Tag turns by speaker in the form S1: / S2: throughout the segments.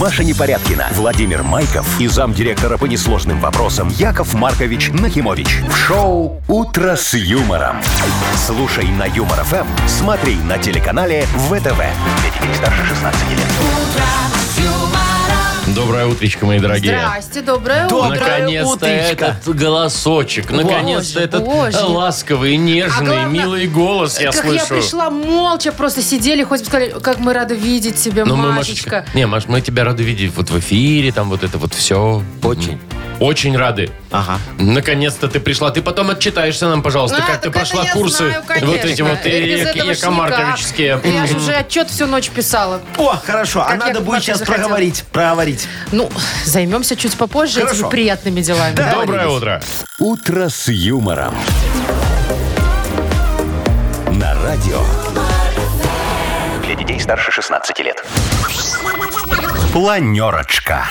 S1: Маша Непорядкина, Владимир Майков и замдиректора по несложным вопросам Яков Маркович Нахимович. В шоу «Утро с юмором». Слушай на Юмор ФМ, смотри на телеканале ВТВ. Для детей старше 16 лет.
S2: Доброе утречко, мои дорогие.
S3: Здрасте, доброе утро.
S2: Наконец-то
S4: утречко.
S2: этот голосочек, наконец-то этот э,
S3: боже.
S2: ласковый, нежный,
S3: А главное,
S2: милый голос я
S3: как я
S2: слышу.
S3: пришла молча, просто сидели, хоть бы сказали, как мы рады видеть тебя,
S2: Ну, мы,
S3: Машечка.
S2: Машечка- Не, Маш, мы тебя рады видеть вот в эфире, там вот это вот все.
S4: Очень.
S2: Очень рады.
S4: Ага.
S2: Наконец-то ты пришла. Ты потом отчитаешься нам, пожалуйста,
S3: А,
S2: как ты
S3: так это
S2: прошла
S3: я
S2: курсы
S3: знаю, конечно.
S2: вот эти вот э,
S3: Я без этого ж
S2: якомарковические.
S3: никак. Я же уже отчет всю ночь писала.
S4: О, хорошо. а
S3: Как
S4: надо
S3: Яков
S4: будет сейчас
S3: Маркович захотел.
S4: проговорить. Проговорить.
S3: Ну, займемся чуть попозже
S4: Хорошо.
S3: этими приятными делами.
S2: Доброе утро.
S1: «Утро с юмором». На радио. Для детей старше 16 лет. Планерочка.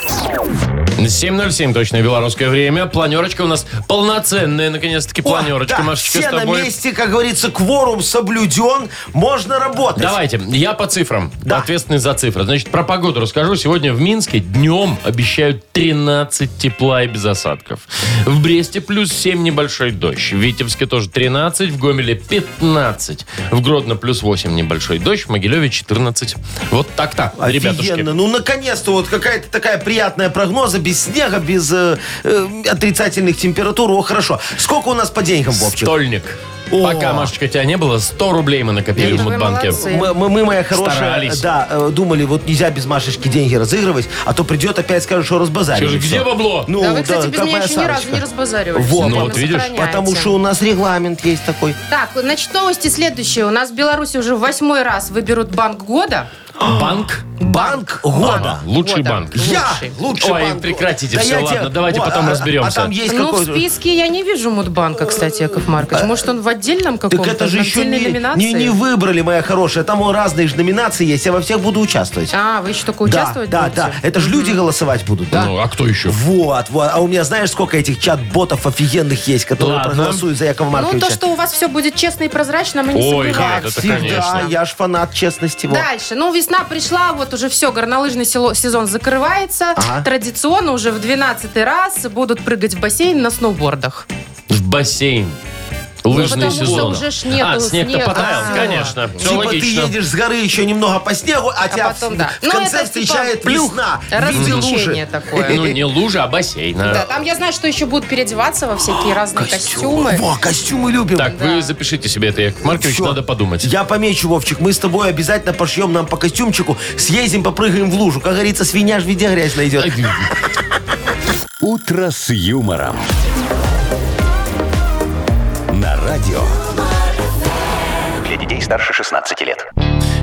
S2: 7.07 точное белорусское время. Планерочка у нас полноценная, наконец-таки,
S4: О,
S2: планерочка.
S4: да,
S2: Машечка,
S4: все
S2: с
S4: на
S2: тобой.
S4: месте, как говорится, кворум соблюден, можно работать.
S2: Давайте, я по цифрам.
S4: Да.
S2: Ответственный за цифры. Значит, про погоду расскажу. Сегодня в Минске днем обещают 13 тепла и без осадков. В Бресте плюс 7 небольшой дождь. В Витебске тоже 13, в Гомеле 15. В Гродно плюс 8 небольшой дождь, в Могилеве 14. Вот так-то, ребятушки.
S4: Офигенно. Ну, наконец-то вот какая-то такая приятная прогноза, без снега, без э, э, отрицательных температур. О, хорошо. Сколько у нас по деньгам, Вовчик?
S2: Стольник.
S4: О.
S2: Пока, Машечка, тебя не было, 100 рублей мы накопили
S3: Это
S2: в
S3: вы
S2: Мудбанке.
S3: молодцы.
S4: Мы, мы- мы, моя хорошая,
S2: Старались.
S4: да, э, думали, вот нельзя без Машечки деньги разыгрывать, а то придет опять скажет, что разбазарили.
S2: Скажи,
S4: всё.
S2: где бабло?
S4: Ну,
S3: Да вы, кстати, без
S4: как
S3: меня
S4: моя
S3: еще ни разу
S4: Сарочка.
S3: не разбазаривались.
S4: Вот.
S2: Ну,
S3: Прямо
S2: вот видишь.
S3: сохраняете.
S4: Потому что у нас регламент есть такой.
S3: Так, значит, новости следующие. У нас в Беларуси уже восьмой раз выберут банк года.
S2: Банк?
S4: Банк года.
S2: Лучший
S3: Года.
S2: банк.
S4: Я
S3: Лучший.
S4: лучший
S2: Ой,
S4: банк.
S2: прекратите
S4: Да
S2: всё,
S4: я
S2: ладно,
S4: тебе-
S2: давайте
S4: О,
S2: потом
S4: а-
S2: разберемся.
S4: А там есть
S3: ну, в
S4: какой-то- А,
S3: списке я не вижу Мудбанка, кстати, Яков Маркович. Может, он в отдельном
S4: Так
S3: каком-то?
S4: это же
S3: в
S4: еще
S3: отдельной
S4: не,
S3: номинации?
S4: не, не выбрали, моя хорошая. Там о, разные же номинации есть, я во всех буду участвовать.
S3: А, вы еще только
S4: да,
S3: участвовать
S4: да,
S3: будете? Ну,
S4: да. Это же люди голосовать будут, да?
S2: Ну, а кто еще?
S4: Вот, вот. А у меня знаешь, сколько этих чат-ботов офигенных есть, которые
S2: Ладно.
S4: проголосуют за Якова
S3: Ну,
S4: Марковича?
S3: то, что у вас все будет честно и прозрачно, мы не
S2: Ой,
S3: сомневаемся.
S2: нет, это
S4: Всегда,
S2: конечно.
S4: я ж фанат честности. вот.
S3: Дальше. Ну, весна пришла, вот уже все, горнолыжный село- сезон закрывается.
S4: Ага.
S3: Традиционно уже в 12 раз будут прыгать в бассейн на сноубордах.
S2: В бассейн. Лыжный
S3: потому что
S2: сезон.
S3: уже ж нету
S2: а, снег-то
S3: снега.
S2: потаял,
S3: А.
S2: конечно. Все
S4: типа
S2: логично.
S4: ты едешь с горы еще немного по снегу, а, тебя
S3: потом,
S4: в,
S3: да.
S4: в
S3: Ну, это,
S4: конце
S3: типа,
S4: встречает
S3: плюх.
S4: весна. в виде
S3: Развлечение
S4: лужи.
S3: такое.
S2: Ну, не лужа, а бассейн. а.
S3: Да, там я знаю, что еще будут переодеваться во всякие разные костюмы.
S4: Во, костюмы любим.
S2: Так, вы запишите себе это, Яков Маркович,
S4: Всё.
S2: надо подумать.
S4: Я помечу, Вовчик, мы с тобой обязательно пошьем нам по костюмчику, съездим, попрыгаем в лужу. Как говорится, свинья ж везде грязь найдет.
S1: «Утро с юмором». На радио. Для детей старше 16 лет.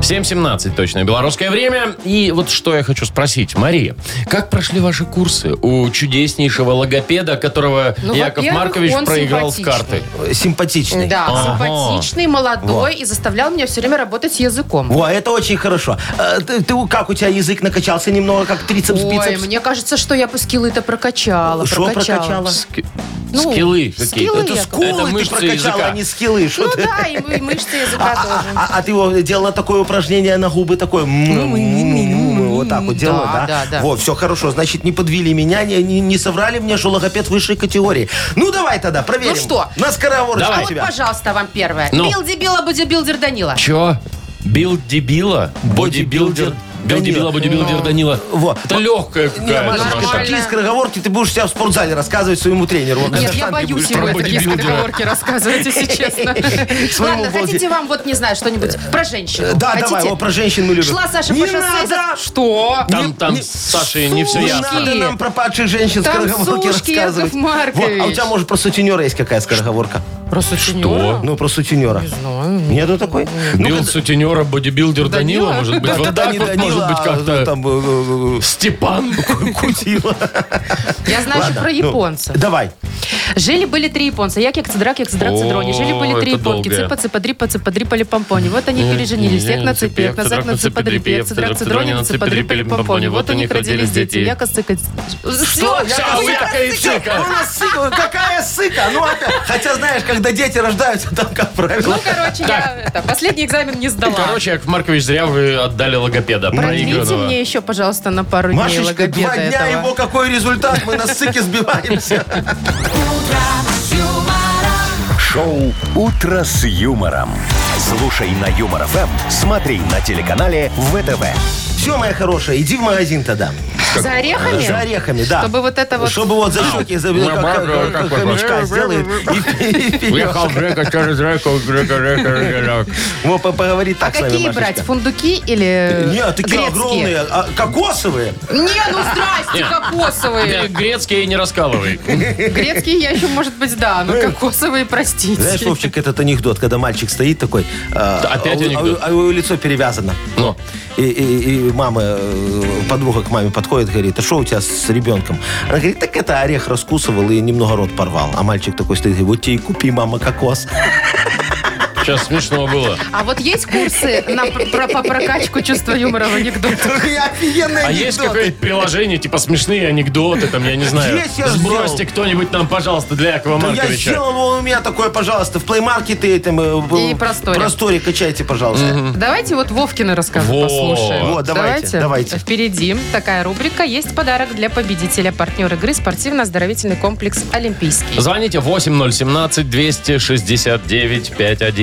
S2: 7.17 точно, белорусское время. И вот что я хочу спросить. Мария, как прошли ваши курсы у чудеснейшего логопеда, которого
S3: Ну,
S2: Яков
S3: во-первых,
S2: Маркович
S3: он
S2: проиграл в
S3: симпатичный.
S2: карты?
S4: Симпатичный.
S3: Да,
S2: Ага.
S3: симпатичный, молодой и заставлял меня все время работать с языком.
S4: Во, это очень хорошо. Э, Ты, ты у- как у тебя язык накачался немного, как трицепс,
S3: Ой,
S4: бицепс?
S3: мне кажется, что я бы скиллы-то прокачала.
S4: Шо прокачала?
S2: Ски-
S3: Ну,
S2: скиллы
S3: скиллы.
S2: какие-то.
S4: Это
S3: Яков.
S4: скулы
S2: Это
S4: Э, ты
S2: мышцы
S4: прокачала,
S2: языка.
S4: а не скиллы. Шо
S3: Ну
S4: ты?
S3: да, и мы- и мышцы языка
S4: А,
S3: тоже.
S4: а- а ты его делала такое упражнение на губы, такое...
S3: Ну,
S4: м-м-м-м, Вот так вот делала,
S3: Да,
S4: да?
S3: да, да.
S4: Вот, все хорошо. Значит, не подвели меня, не, не- не соврали мне, что логопед высшей категории. Ну, давай тогда, проверим.
S3: Ну что?
S4: На скороговорочку
S2: Давай.
S3: А вот,
S4: тебя.
S3: пожалуйста, вам первое.
S2: Ну.
S3: Билди Билла, Буди Билдер Данила.
S2: Чё? Билдебила? Бодибилдер?
S4: Бодибилдер
S2: Билдебила,
S4: Данила.
S2: бодибилдер
S4: Ну.
S2: Данила.
S4: Во.
S2: Это легкая
S4: Не,
S2: какая-то
S4: Машечка,
S3: Нормально.
S2: Маша.
S4: такие скороговорки ты будешь у себя в спортзале рассказывать своему тренеру. Он
S3: Нет,
S4: когда
S3: я
S4: штанги
S3: боюсь
S4: будешь
S2: про
S3: его такие
S2: бодибилдера.
S3: скороговорки рассказывать, если честно.
S4: Своему
S3: Ладно,
S4: Влади-
S3: хотите вам, вот, не знаю, что-нибудь про женщину?
S4: э, Да,
S3: Хотите?
S4: давай, о, про женщин мы любим.
S3: Шла Саша
S4: Не
S3: по шоссе.
S4: надо!
S3: Что?
S2: Там, там,
S4: не- ну,
S2: с Сашей не все
S4: Не
S2: ясно.
S4: надо нам про падших женщин
S3: Там
S4: скороговорки
S3: сушки, Яков
S4: рассказывать.
S3: Маркович.
S4: а у тебя, может, про сутенера есть какая скороговорка?
S3: Просто
S2: сутенёра?
S4: Ну, про сутенера. Не
S3: знаю.
S4: Нету такой? Ну,
S2: Бил сутенера, бодибилдер Данила,
S3: Данила?
S2: может быть,
S4: Да,
S2: вот
S4: тогда
S2: так
S4: не
S2: вот, может
S4: Данила,
S2: быть,
S4: а,
S2: как-то...
S4: Там, э,
S2: Степан.
S4: э, Кутила.
S3: Я знаю, что про японцев.
S4: Ну, Давай.
S3: Жили-были три японца. Як, як, цедрак, як, цедрак,
S2: О,
S3: цедрони. Жили-были три
S2: это
S3: японки.
S2: долгое.
S3: Цыпа, цыпа, дрипа, цыпа, дрипа, липомпони. Вот они переженились. Як на цыпе, як на зак, на цыпа, дрипе, як цедрак, цедрони, на цыпа, дрипа, липомпони. Вот у них родились дети. Яко, цыка... Все,
S2: Яков Яковлевич, сыка.
S4: Ну, она сыка, Какая сыка? Ну, это- Хотя, знаешь, когда дети рождаются, там, как правило...
S3: Ну, короче, я это, последний экзамен не сдала.
S2: Короче, Яков Маркович, зря вы отдали логопеда
S3: Продлите
S2: проигранного.
S3: мне еще, пожалуйста, на пару дней
S4: Машечка,
S3: логопеда
S4: два дня
S3: этого.
S4: его какой результат, мы на сыке сбиваемся.
S1: Шоу «Утро с юмором». Слушай на Юмор ФМ, смотри на телеканале ВТВ.
S4: Все, моя хорошая, иди в магазин тогда.
S3: За орехами?
S4: За орехами, да.
S3: Чтобы вот это вот-
S4: Чтобы вот А. за щеки, за
S2: Ну,
S4: как- как-
S2: Марк,
S4: как-
S2: как
S4: как хомячка
S2: вопрос?
S4: сделает. и- и вперед.
S2: Уехал Жека через реку, Жека, Жека, Жека.
S4: Во, по- поговори так с нами,
S3: Какие
S4: Машечка.
S3: брать? Фундуки или
S4: Нет, такие
S3: грецкие?
S4: огромные, а, кокосовые.
S3: Не, ну здрасте,
S2: Ты
S3: кокосовые.
S2: Э, грецкий не раскалывай.
S3: Грецкие я еще, может быть, да, но кокосовые,
S4: Знаешь,
S3: простите.
S4: Вовчик, этот анекдот, когда мальчик стоит такой, а,
S2: опять
S4: а у-
S2: анекдот?
S4: а у- а его лицо перевязано.
S2: Ну.
S4: И, и- и мама, э, подруга к маме подходит, говорит, а что у тебя с ребенком? Она говорит, так это орех раскусывал и немного рот порвал. А мальчик такой стоит, говорит, вот тебе и купи, мама, кокос.
S2: Сейчас смешного было.
S3: А вот есть курсы на пр- про, по прокачку чувства юмора в анекдотах?
S4: Офигенные
S2: А есть какое-нибудь приложение, типа смешные анекдоты, там, я не знаю.
S4: Есть, я
S2: Сбросьте
S4: сделал.
S2: кто-нибудь нам, пожалуйста, для Якова
S4: Ну, я
S2: Марковича.
S4: сделал, он у меня такое, пожалуйста, в плеймаркеты там, э,
S3: И
S4: в-
S3: просторе.
S4: просторе качайте, пожалуйста.
S3: Давайте вот Вовкины рассказы
S2: Во.
S3: послушаем.
S4: Во, давайте, давайте.
S3: Впереди такая рубрика «Есть подарок для победителя». Партнер игры «Спортивно-оздоровительный комплекс Олимпийский».
S2: Звоните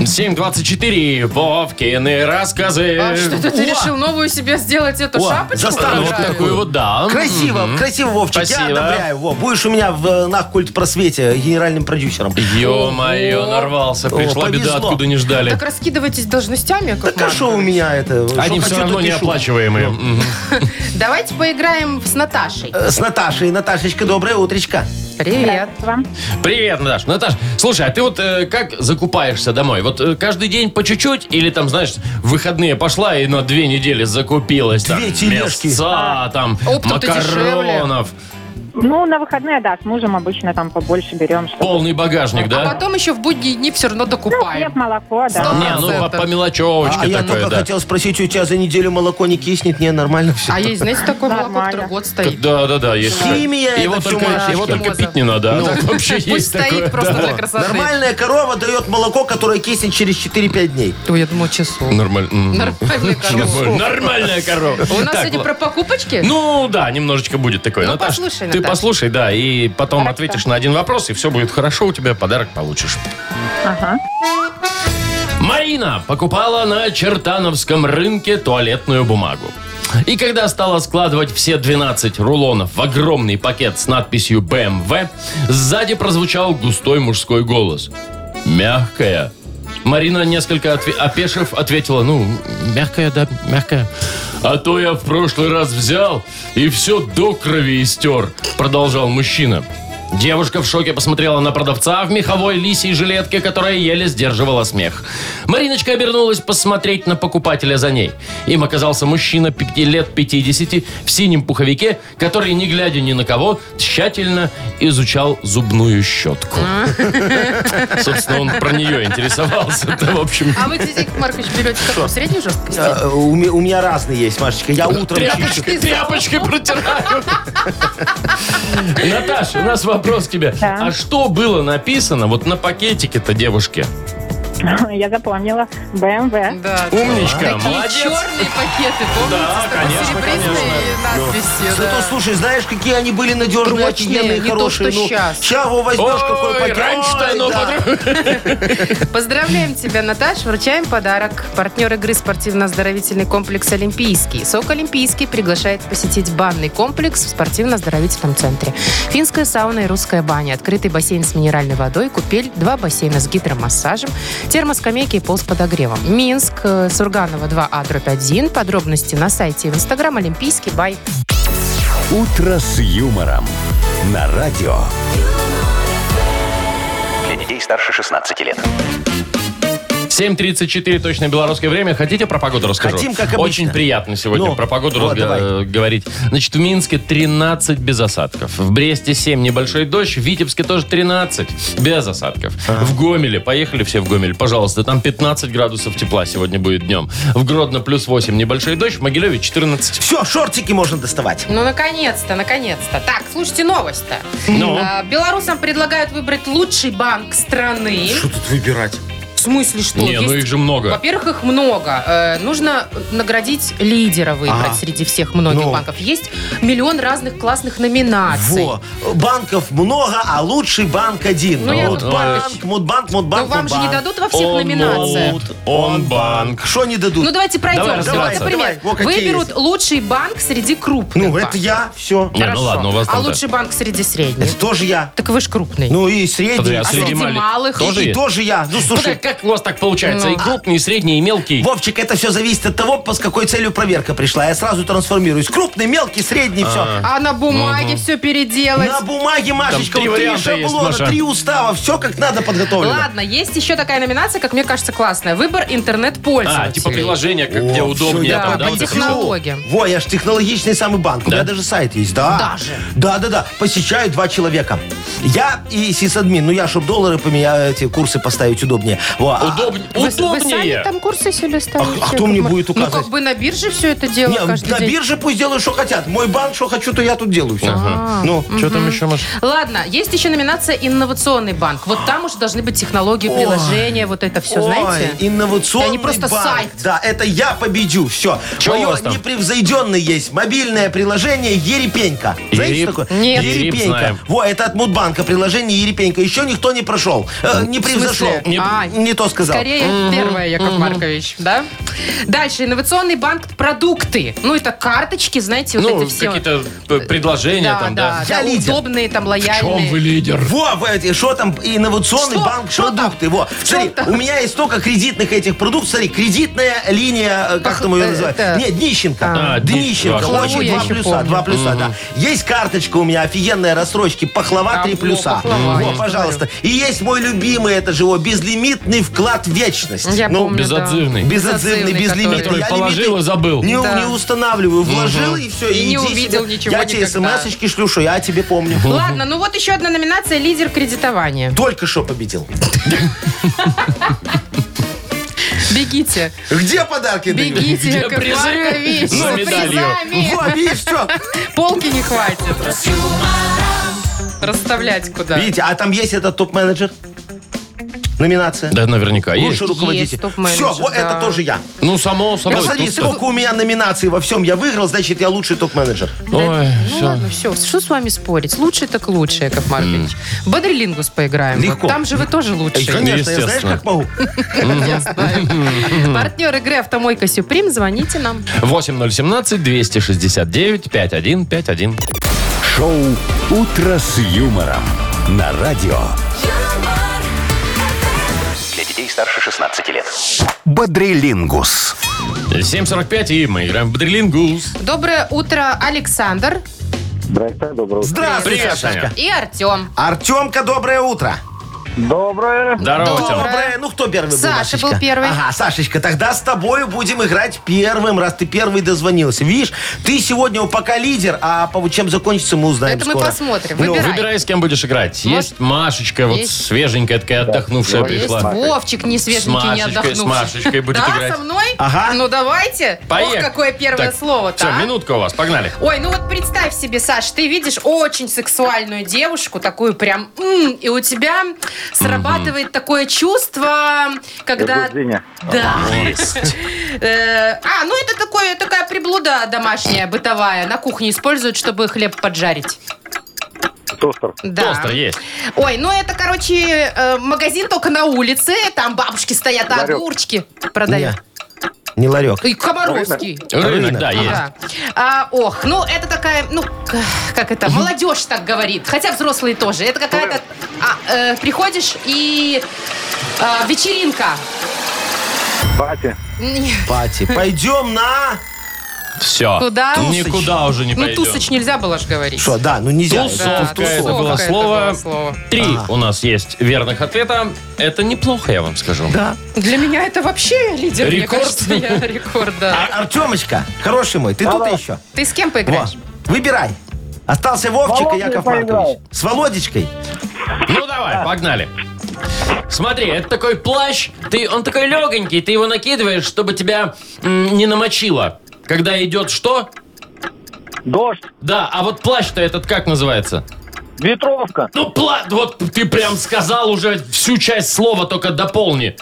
S2: 7.24. и Вовкины рассказы.
S3: А что это ты решил новую себе сделать эту
S4: О,
S3: шапочку?
S4: заставочку
S2: ну, Вот
S3: Какая?
S2: такую вот, да.
S4: Красиво, красиво, Вовчик,
S2: Спасибо.
S4: я одобряю. Во, будешь у меня в э, на культ просвете генеральным продюсером.
S2: Ё-моё, нарвался.
S4: О,
S2: Пришла беда,
S4: повезло.
S2: откуда не ждали.
S3: Так раскидывайтесь должностями, Яков
S4: Так а что у
S3: Маркович.
S4: меня это?
S2: Они
S4: а Что
S2: все
S4: Ну. хочу,
S2: равно
S4: то
S2: не
S4: пишу.
S2: оплачиваемые. Мгм.
S3: Давайте поиграем с Наташей.
S4: Э, С Наташей. Наташечка, доброе утречко.
S3: Привет.
S2: Привет, Наташ. Наташ, слушай, а ты вот э, как закупаешься домой? Вот э, каждый день по чуть-чуть или там, знаешь, в выходные пошла и на две недели закупилась? там,
S4: Две тележки.
S3: А,
S2: Мясца, там,
S3: Оптом-то
S2: макаронов,
S5: Ну, на выходные, да, с мужем обычно там побольше берем. Что...
S2: полный багажник,
S3: А
S2: да?
S3: потом еще в будние дни все равно
S5: Ну, хлеб,
S3: докупаем.
S5: молоко,
S3: Сто-
S5: да.
S2: Не, ну по, по мелочевочке
S4: а я
S2: такое,
S4: только
S2: да.
S4: хотел спросить, у тебя за неделю молоко не киснет? Не, нормально все.
S3: А есть, знаете, такое молоко,
S5: Нормально.
S3: который год стоит.
S2: Да, да, да, есть. такое.
S4: Химия это
S2: его
S4: всё
S2: только,
S4: мальчишки.
S2: его только
S3: Моза.
S2: пить не надо. а так вообще
S3: Ну, Пусть
S2: есть
S3: стоит
S2: такое.
S3: просто
S2: да.
S3: для красоты.
S4: Нормальная корова дает молоко, которое киснет через 4-5 дей.
S3: Ой, я думала, часов.
S2: Нормально. М.
S3: Нормальная корова.
S2: Нормально. м-м. Нормальная корова.
S3: У нас
S2: Ну. Так,
S3: сегодня
S2: ладно.
S3: про покупочки?
S2: Ну да, немножечко будет такое.
S3: Ну,
S2: Наташ,
S3: послушай,
S2: ты
S3: Наташ.
S2: послушай, да, и потом ответишь на один вопрос, и все будет хорошо, у тебя подарок получишь.
S5: Ага.
S2: Марина покупала на чертановском рынке туалетную бумагу. И когда стала складывать все 12 рулонов в огромный пакет с надписью «БМВ», сзади прозвучал густой мужской голос. «Мягкая». Марина, несколько отве- опешив, ответила, ну, мягкая, да, мягкая. А то я в прошлый раз взял и все до крови истер, продолжал мужчина. Девушка в шоке посмотрела на продавца в меховой лисьей жилетке, которая еле сдерживала смех. Мариночка обернулась посмотреть на покупателя за ней. Им оказался мужчина пяти лет 50 в синем пуховике, который, не глядя ни на кого, тщательно изучал зубную щетку. Собственно, он про нее интересовался. Да, в общем,
S3: А вы, кстати, Яков Маркович, берете какую? Среднюю жесткость?
S4: Э, У ме- у меня разные есть, Машечка. Я утром чищу.
S2: тряпочкой, тряпочкой протираю. Наташа, у нас вопрос к тебе.
S5: Да.
S2: А что было написано вот на пакетике-то девушке?
S5: Я запомнила. БМВ.
S3: Да.
S2: Умничка,
S3: Такие
S2: молодец.
S3: черные пакеты, помните?
S2: Да,
S3: с такой
S2: конечно,
S3: Серебристые
S2: конечно.
S3: надписи.
S4: Зато,
S3: да.
S4: слушай, знаешь, какие они были надежные,
S3: Прочные,
S4: офигенные,
S3: не то,
S4: хорошие.
S3: что щас.
S4: Чагу возьмешь, какой
S2: Ой,
S4: пакет.
S2: раньше-то
S4: Ой,
S2: оно
S4: да.
S2: подра-
S3: Поздравляем тебя, Наташ. Вручаем подарок. Партнер игры спортивно-оздоровительный комплекс «Олимпийский». СОК «Олимпийский» приглашает посетить банный комплекс в спортивно-оздоровительном центре. Финская сауна и русская баня, открытый бассейн с минеральной водой, купель, два бассейна с гидромассажем, термоскамейки и пол с подогревом. Минск, э, Сурганова 2А, дробь 1. Подробности на сайте и в Инстаграм «Олимпийский бай».
S1: «Утро с юмором» на радио. Для детей детей старше 16 лет.
S2: 7.34 точное белорусское время. Хотите про погоду расскажу?
S4: Хотим, как обычно.
S2: Очень приятно сегодня
S4: Ну,
S2: про погоду
S4: вот,
S2: разга-
S4: давай.
S2: э, говорить. Значит, в Минске 13 без осадков. В Бресте 7 небольшой дождь. В Витебске тоже 13 без осадков. В Гомеле, поехали все в Гомель, пожалуйста. Там 15 градусов тепла сегодня будет днем. В Гродно плюс 8 небольшой дождь. В Могилеве 14.
S4: Все, шортики можно доставать.
S3: Ну, наконец-то, наконец-то. Так, слушайте новость-то.
S2: Ну?
S3: А, белорусам предлагают выбрать лучший банк страны.
S4: Что тут выбирать?
S3: В смысле, что?
S2: Не, ну
S3: Есть-
S2: их же много.
S3: Во-первых, их много. Э, нужно наградить лидера выбрать
S4: Ага.
S3: среди всех многих
S4: Ну.
S3: банков. Есть миллион разных классных номинаций.
S4: Во, банков много, а лучший банк один.
S3: Ну, я
S4: Вот
S3: тут
S4: банк, мудбанк,
S3: Но
S4: мудбанк,
S3: вам же не
S4: мудбанк.
S3: дадут во всех
S2: Он
S3: номинациях.
S2: мод, он банк.
S4: Что не дадут?
S3: Ну, давайте пройдем.
S2: Давай
S3: Вот,
S2: разбираться.
S3: Например,
S4: Давай, во, какие
S3: выберут
S4: есть.
S3: лучший банк среди крупных.
S4: Ну, это
S3: банков.
S4: я, все.
S2: Не, ну ладно, у вас
S3: А
S2: там, да.
S3: лучший банк среди средних.
S4: Это тоже я.
S3: Так вы ж крупный.
S4: Ну и средний.
S2: Подожди, а
S4: и
S2: среди
S3: среди
S2: мали-
S3: малых
S2: тоже
S4: И
S2: есть?
S4: тоже я. Ну,
S2: Слушай,
S4: слушай,
S2: как у вас так получается?
S3: Ну.
S2: И крупный, и средний, и мелкий.
S4: Вовчик, это все зависит от того, по- с какой целью проверка пришла. Я сразу трансформируюсь. Крупный, мелкий, средний, все.
S3: А на бумаге все переделать.
S4: На бумаге, Машечка,
S2: три
S4: вот три
S2: варианта есть,
S4: шаблона,
S2: Маша.
S4: три устава, все как надо подготовлено.
S3: Ладно, есть еще такая номинация, как мне кажется, классная.
S4: А,
S3: Выбор интернет-пользователей.
S2: А, типа приложение, как,
S4: О,
S2: где
S4: всё,
S2: удобнее.
S4: я
S2: там, да,
S3: по
S4: победил.
S2: вот это
S3: технологии. технологиям.
S4: Во, я же технологичный самый банк. У меня даже сайт есть, да.
S3: Даже?
S4: Да, да, да. Посещаю два человека. Я и сисадмин. Ну, я, чтобы доллары поменять, эти курсы поставить удобнее. Во, а-
S2: Удобнее.
S3: Вы, вы сами
S2: Удобнее.
S3: там курсы себе ставите?
S4: а кто мне
S3: Яков
S4: будет
S3: Маркович? Ну,
S4: указывать?
S3: как бы на бирже все это дело
S4: Не, ну,
S3: каждый
S4: на
S3: день.
S4: бирже пусть делают, что хотят. Мой банк, что хочу, то я тут делаю все. Ну,
S2: Что там еще, Маш?
S3: Ладно, есть еще номинация «Инновационный банк». Вот там уже должны быть технологии, приложения, вот это все,
S4: Ой,
S3: знаете?
S4: инновационный
S3: Да не просто
S4: банк.
S3: сайт.
S4: Да, это я победю. Все.
S2: Чё у
S4: Мое
S2: вас там?
S4: непревзойденное есть мобильное приложение Ерепенька. Знаете,
S2: Ереп-
S4: что такое?
S3: Нет.
S2: Ереп
S4: Ерепенька.
S2: знаем.
S4: Во, это от Мудбанка приложение Ерепенька. Еще никто не прошел. э, не превзошел.
S3: смысле?
S4: Не,
S3: А,
S4: не то сказал.
S3: Скорее, первое, Яков Маркович, да? Дальше, инновационный банк «Продукты». Ну, это карточки, знаете, вот
S2: Ну,
S3: эти все.
S2: какие-то п- предложения там, да.
S4: Я лидер.
S3: удобные, там, лояльные.
S2: лидер?
S4: Во, в эти- что там, инновационный
S3: Что?
S4: банк
S3: Что
S4: продукты. Во. Смотри,
S3: там?
S4: у меня есть столько кредитных этих продуктов. Смотри, кредитная линия, э, как
S3: Ах,
S4: там ее
S3: э,
S4: называют?
S3: это-
S4: Нет, Днищенко.
S2: А,
S4: А, Днищенко.
S2: Днищенко.
S4: Очень
S3: Пахлаву я
S4: два
S3: еще
S4: плюса,
S3: помню.
S4: два плюса, да. Есть карточка у меня, офигенная рассрочки, пахлава
S3: А,
S4: три
S3: во,
S4: плюса.
S3: пахлава, я
S4: Во,
S3: же
S4: пожалуйста. И есть мой любимый, это же его, безлимитный вклад в вечность.
S3: Я
S4: Ну,
S3: помню,
S2: безотзывный.
S3: да.
S4: Безотзывный,
S3: который-
S4: безлимитный.
S2: Который
S4: Я
S2: положил
S4: лимиты
S2: и забыл.
S4: Не,
S3: Да.
S4: не устанавливаю. Вложил и все.
S3: И не
S4: иди
S3: увидел
S4: себе.
S3: ничего
S4: Я тебе
S3: никогда.
S4: смс-очки шлю, что я о тебе помню.
S3: Ладно, ну вот еще одна номинация «Лидер кредитования».
S4: Только что победил.
S3: Бегите,
S4: Где подарки дают?
S3: бегите,
S2: Где
S3: Яков
S2: призы?
S4: Ну,
S3: Маркович,
S2: За
S3: за
S2: медалью.
S3: призами.
S4: Во, видишь, что?
S3: Полки не хватит. Расставлять куда.
S4: Видите, а там есть этот топ-менеджер? Номинация.
S2: Да, наверняка есть.
S4: Лучший руководитель.
S3: топ-менеджер,
S4: Все, вот
S3: да.
S4: это тоже я.
S2: Ну, само собой.
S4: Посмотри,
S2: тут-
S4: сколько у меня номинаций во всем я выиграл, значит, я лучший топ-менеджер.
S2: Ой,
S3: ну
S2: всё.
S3: ладно, все. Что с вами спорить? Лучше так лучше, Яков Маркович. Бодрилингус поиграем.
S4: Легко.
S3: Вот Там же вы тоже лучше.
S4: Конечно, я знаешь,
S2: естественно.
S4: как могу?
S3: Партнер игры «Автомойка Сюприм». Звоните нам.
S2: 8017-269-5151.
S1: Шоу «Утро с юмором» на радио.
S6: юмор,
S7: Для детей старше 16 лет.
S1: Бодрилингус.
S2: 7.45, и мы играем в Бодрилингус.
S3: Доброе утро, Александр
S8: Здрасте, доброе утро.
S4: Здравствуй,
S2: Привет, Саня.
S4: Сашка.
S3: и Артем.
S4: Артемка, доброе утро.
S8: Доброе.
S2: Здорово,
S3: Доброе.
S2: Тёма.
S4: Доброе. Ну, кто первый был,
S3: Саша
S4: Машечка?
S3: был первый.
S4: Ага, Сашечка, тогда с тобой будем играть первым, раз ты первый дозвонился. Видишь, ты сегодня пока лидер, а по- чем закончится, мы узнаем
S3: Это мы
S4: скоро.
S3: посмотрим.
S4: Ну,
S3: Выбирай.
S2: Выбирай, с кем будешь играть. Есть Машечка, вот
S3: Есть.
S2: свеженькая такая, отдохнувшая
S8: Есть
S3: Есть
S2: пришла.
S3: Вовчик, не свеженький,
S2: С
S3: не
S2: Машечкой,
S3: отдохнувший.
S2: с Машечкой будет
S3: да,
S2: играть.
S3: со мной?
S4: Ага.
S3: Ну давайте.
S2: Поехали.
S3: Ох, какое первое
S2: Так,
S3: слово-то,
S2: всё,
S3: а?
S2: минутка у вас, погнали.
S3: Ой, ну вот представь себе, Саш, ты видишь очень сексуальную девушку, такую прям, м, и у тебя срабатывает такое чувство, когда...
S8: Возбуждение.
S3: Да. Э, А, ну это такое, такая приблуда домашняя, бытовая, на кухне используют, чтобы хлеб поджарить.
S8: Тостер.
S3: Да.
S2: Тостер есть.
S3: Ой, ну это, короче, э, магазин только на улице, там бабушки стоят, а
S8: Ларек.
S3: огурчики продают.
S4: Не, не ларек.
S3: И Комаровский.
S2: Рынок,
S4: Рынок.
S2: да, есть.
S3: Ага. А, ох, ну это такая, ну к- как это, молодежь так говорит, хотя взрослые тоже. Это какая-то, а, э, приходишь и а, вечеринка.
S8: Пати.
S3: Не,
S4: Пати, пойдем на...
S2: Все.
S3: Куда?
S2: Никуда уже не
S3: Ну,
S2: пойдем.
S3: тусыч нельзя было же говорить.
S4: Что, да, ну нельзя.
S3: Да,
S2: Тусовка, это
S3: тусовка,
S2: было
S3: это
S2: слово.
S3: было слово.
S2: Три у нас есть верных ответа. Это неплохо, я вам скажу.
S4: Да.
S3: Для меня это вообще лидер.
S2: Рекорд?
S3: Мне кажется, я рекорд,
S4: А,
S3: да.
S4: Артемочка, хороший мой, ты тут еще?
S2: А.
S3: Ты с кем
S4: Во,
S3: поиграешь?
S4: выбирай. Остался Вовчик и
S8: Володей
S4: Яков
S8: поиграю.
S4: Маркович. С Володечкой.
S2: Ну давай, погнали. Смотри, это такой плащ, ты, он такой легонький, ты его накидываешь, чтобы тебя м, не намочило. Когда идет что?
S8: Дождь.
S2: Да, а вот плащ-то этот как называется?
S8: Ветровка.
S2: Ну, пла... вот ты прям сказал уже всю часть слова, только дополни.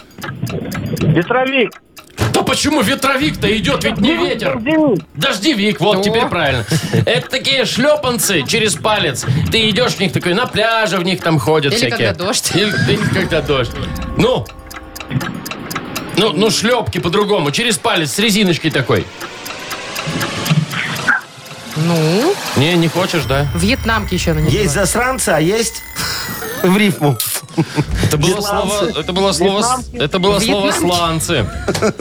S8: Ветровик. Ну,
S2: Да почему ветровик-то идет, ведь не ветер.
S8: Дождевик.
S2: Дождевик, вот
S3: О.
S2: теперь правильно. Это такие шлепанцы через палец. Ты идешь в них такой, на пляже в них там ходят
S3: Или
S2: всякие.
S3: когда дождь.
S2: Или, или когда дождь. Ну, ну, ну шлепки по-другому, через палец, с резиночкой такой.
S3: Ну,
S2: Не, не хочешь, да?
S3: вьетнамки еще на
S4: Есть засранцы, а есть в рифму.
S2: Это было слово, это было слово, с- это было слово
S3: Вьетнамки.
S2: сланцы.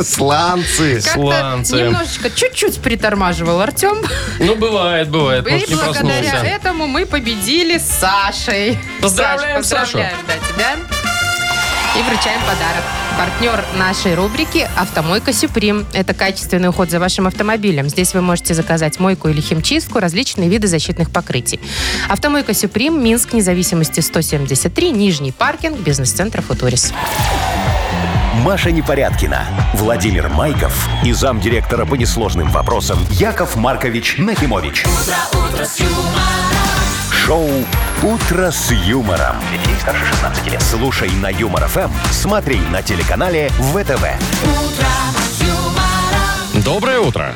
S4: Сланцы.
S3: Как-то
S2: сланцы.
S3: немножечко, чуть-чуть притормаживал Артем.
S2: Ну, бывает, бывает,
S3: И
S2: может, не
S3: благодаря
S2: проснулся.
S3: этому мы победили с Сашей.
S2: Поздравляем
S3: Саш, поздравляем, да, тебя. И вручаем подарок. Партнер нашей рубрики «Автомойка Сюприм». Это качественный уход за вашим автомобилем. Здесь вы можете заказать мойку или химчистку, различные виды защитных покрытий. «Автомойка Сюприм», Минск, независимости 173, Нижний паркинг, бизнес-центр «Футурис».
S1: Маша Непорядкина, Владимир Майков и замдиректора по несложным вопросам Яков Маркович Нахимович. Шоу Утро с юмором. Детей старше 16 лет. Слушай на юмор ФМ, смотри на телеканале ВТВ.
S2: Доброе утро.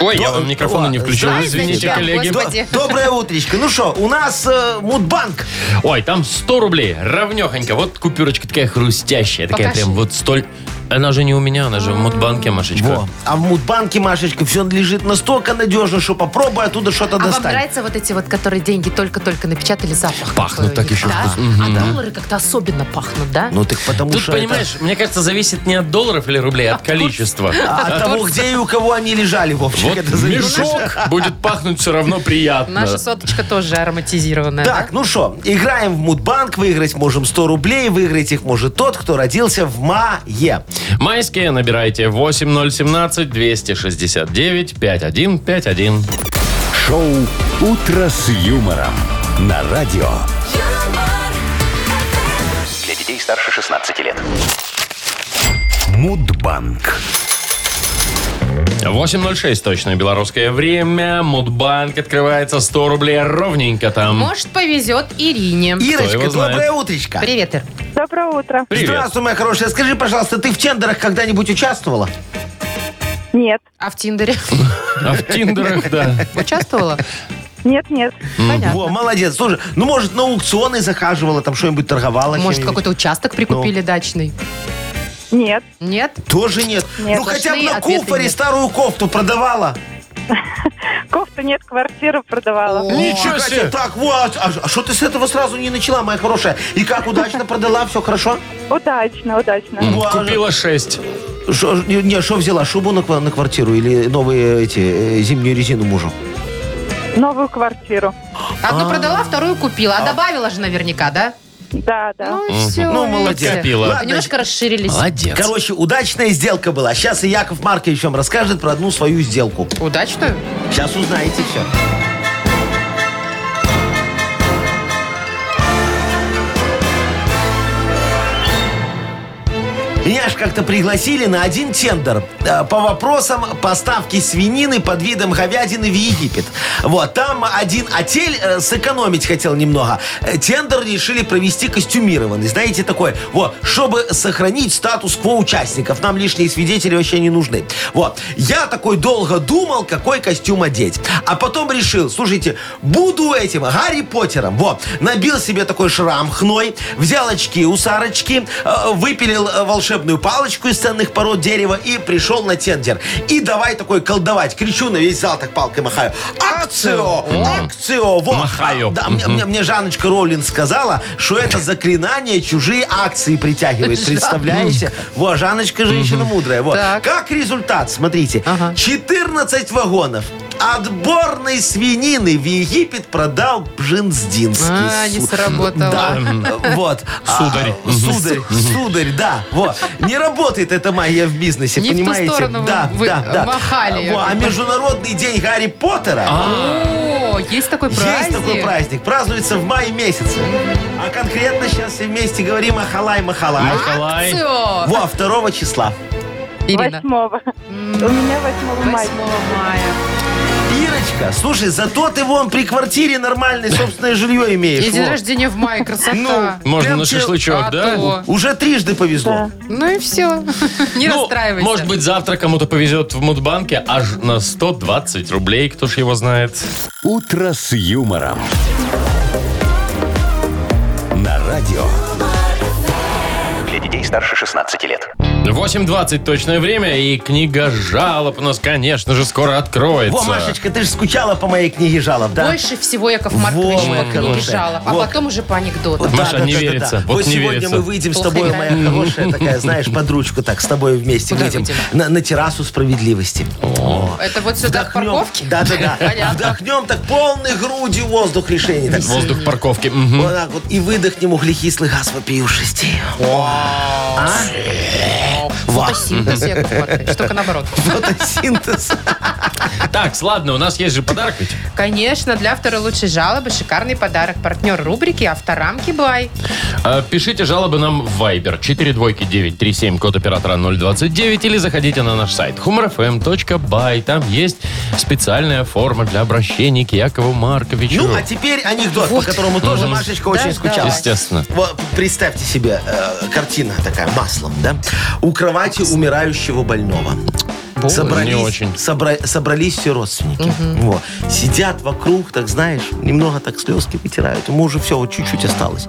S2: Ой, я вам микрофона не включил,
S4: Ой,
S2: извините,
S3: да,
S2: коллеги.
S3: господи. Где?
S4: Доброе утречко. Ну что, у нас э, Мудбанк.
S2: Ой, там 100 рублей, равнехонько. Вот купюрочка такая хрустящая, такая
S3: Покажи.
S2: прям вот столь... Она же не у меня, она же в Мудбанке, Машечка.
S4: Во. А в Мудбанке, Машечка, все лежит настолько надежно, что попробуй оттуда что-то
S3: А вам
S4: достать.
S3: нравятся вот эти вот, которые деньги только-только напечатали запах?
S2: Пахнут
S3: такой у
S2: так
S3: них,
S2: еще
S3: да?
S2: вкусно.
S3: А доллары как-то особенно пахнут, да?
S4: Ну так потому
S2: Тут,
S4: что
S2: понимаешь, мне кажется, зависит не от долларов или рублей, а от количества.
S4: это- А от того, где и у кого они лежали, Вовчик.
S2: Вот
S4: это зависит.
S2: мешок будет пахнуть все равно приятно.
S3: Наша соточка тоже ароматизированная. да?
S4: Так, ну что, играем в Мудбанк, выиграть можем 100 рублей, выиграть их может тот, кто родился в мае.
S2: Майские набирайте 8017-269-5151.
S1: Шоу Утро с юмором на радио.
S7: Для детей старше 16 лет.
S1: Мудбанк.
S2: 8.06 точное белорусское время. Мудбанк открывается 100 рублей ровненько там.
S3: Может, повезет Ирине.
S4: Ирочка,
S2: его знает.
S4: доброе утречко.
S3: Привет, Ир.
S5: Доброе утро.
S2: Привет.
S4: Здравствуй, моя хорошая. Скажи, пожалуйста, ты в тендерах когда-нибудь участвовала?
S5: Нет,
S3: А в Тиндере
S2: А в Тиндерах, да.
S3: участвовала?
S5: нет, нет.
S4: Во,
S3: Понятно.
S4: молодец. Слушай, ну, может, на аукционы захаживала, там что-нибудь торговала.
S3: Может,
S4: чем-нибудь?
S3: какой-то участок прикупили дачный?
S5: Нет.
S3: Нет?
S4: Тоже нет.
S5: Нет,
S4: ну, хотя бы
S3: сплошные
S4: на
S3: ответы
S4: куфоре
S3: нет.
S4: старую кофту продавала.
S5: Кофта нет, квартиру продавала.
S3: О,
S2: Ничего
S4: Катя,
S2: себе!
S4: Так, вот. А ж- А что ты с этого сразу не начала, моя хорошая? И как, удачно продала? Все хорошо?
S5: Удачно, удачно.
S4: Во,
S2: Ну, Купила 6.
S4: Шо- ж- не, что взяла? Шубу на, ква- на квартиру или новые эти э, зимнюю резину мужу?
S5: Новую квартиру.
S3: Одну продала, вторую купила. А добавила же наверняка, да?
S5: Да, да.
S3: Ну и все.
S4: Ну, молодец.
S2: Копила.
S4: Ладно,
S3: Немножко расширились.
S2: Молодец.
S4: Короче, удачная сделка была. Сейчас и Яков Маркович вам расскажет про одну свою сделку.
S3: Удачную?
S4: Сейчас узнаете все. Меня ж как-то пригласили на один тендер э, по вопросам поставки свинины под видом говядины в Египет. Вот, там один отель э, сэкономить хотел немного. Э, Тендер решили провести костюмированный. Знаете, такой, вот, чтобы сохранить статус-кво участников. Нам лишние свидетели вообще не нужны. Вот, я такой долго думал, какой костюм одеть. А потом решил, слушайте, буду этим Гарри Поттером. Вот, набил себе такой шрам хной, взял очки у Сарочки, э, выпилил э, волшебный волшебную палочку из ценных пород дерева и пришел на тендер. И давай такой колдовать. Кричу на весь зал, так палкой махаю. Акцио! Акцио! Вот.
S2: Махаю.
S4: Да, мне, мне- мне Жанночка Роллин сказала, что это заклинание чужие акции притягивает. Представляете? Во, Жанночка женщина мудрая. Вот.
S3: Так.
S4: Как результат, смотрите,
S3: Ага.
S4: 14 вагонов отборной свинины в Египет продал Бженздинский.
S3: А, не
S4: Су-
S3: сработало.
S4: Да, вот. А,
S2: Сударь.
S4: Сударь, сударь, да. Вот. Не работает эта магия в бизнесе,
S3: Не в ту
S4: понимаете?
S3: сторону вы-
S4: да,
S3: вы
S4: да, да.
S3: махали.
S4: Во, А международный день Гарри Поттера...
S3: О, есть такой
S4: Есть
S3: праздник.
S4: такой праздник. Празднуется в мае месяце. А конкретно сейчас все вместе говорим Ахалай Махалай.
S2: Николай.
S3: Всё.
S4: Во, 2 числа.
S3: Ирина.
S5: Восьмого. У меня восьмого мая.
S3: 8 мая.
S4: Ирочка, слушай, зато ты вон при квартире нормальное собственное жилье имеешь.
S3: И день
S4: во.
S3: рождения в мае, красота.
S2: Можно
S4: Прям
S2: на
S4: тебе-
S2: шашлычок,
S3: А
S2: да?
S3: то.
S4: Уже трижды повезло.
S3: Ну и все. Не
S2: Ну,
S3: расстраивайся.
S2: Может быть, завтра кому-то повезет в Мудбанке аж на 120 рублей, кто ж его знает.
S1: «Утро с юмором». На радио.
S7: Для детей старше 16 лет.
S2: 8.20 точное время, и книга жалоб у нас, конечно же, скоро откроется.
S4: Во, Машечка, ты же скучала по моей книге жалоб, да?
S3: Больше всего Яков Маркович
S4: Во,
S3: по книге
S4: хорошая.
S3: жалоб, а
S4: Вот.
S3: потом уже по анекдотам.
S4: Вот, да,
S2: Маша,
S4: да,
S2: не
S4: да, да,
S2: верится.
S4: да.
S2: Вот
S4: Вот,
S2: не
S4: сегодня
S2: верится.
S4: мы выйдем
S3: Плохо
S4: с тобой,
S3: играем.
S4: моя хорошая такая, знаешь, под ручку так, с тобой вместе
S3: Куда
S4: выйдем.
S3: выйдем?
S4: На, на террасу справедливости.
S3: Это вот сюда, к парковке?
S4: Да-да-да.
S3: Понятно.
S4: Вдохнем так полной грудью воздух решений. Так.
S2: Воздух парковки. Мгм.
S4: Вот так вот. И выдохнем углекислый газ вопиюшести. А? Во.
S3: Фотосинтез, Яков Маркович. Только наоборот.
S4: Фотосинтез.
S2: Так, ладно, у нас есть же подарок ведь.
S3: Конечно, для автора лучшей жалобы шикарный подарок. Партнер рубрики «Авторамки Бай».
S2: Э, Пишите жалобы нам в Viber 42937, код оператора 029, или заходите на наш сайт humorfm.by. Там есть специальная форма для обращения к Якову Марковичу.
S4: Ну, а теперь анекдот, по которому тоже Машечка очень
S3: Да,
S4: скучала.
S3: давай.
S2: Естественно.
S4: Вот представьте себе, э, картина такая, маслом, да? У кровати умирающего больного.
S2: не очень.
S4: собра- собрались все родственники. Вот. Сидят вокруг, так знаешь, немного так слезки вытирают. Ему уже все, вот чуть-чуть осталось.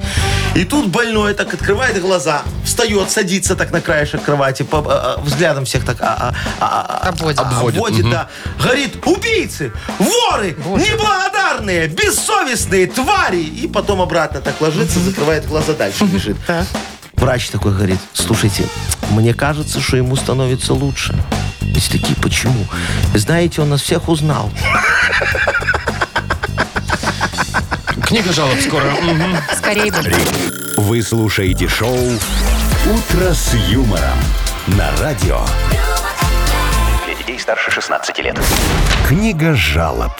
S4: И тут больной так открывает глаза, встает, садится так на краешек кровати, по- а, а, взглядом всех так а- а- а- а-
S3: Обводит.
S4: обводит, да. Говорит, убийцы, воры, неблагодарные, бессовестные твари. И потом обратно так ложится, закрывает глаза, дальше бежит. Врач такой говорит, слушайте, мне кажется, что ему становится лучше. И все такие, почему? Знаете, он нас всех узнал.
S2: Книга жалоб скоро. Мгм.
S3: Скорее бы.
S1: Вы слушаете шоу «Утро с юмором». На радио.
S7: Для детей старше 16 лет.
S1: Книга жалоб.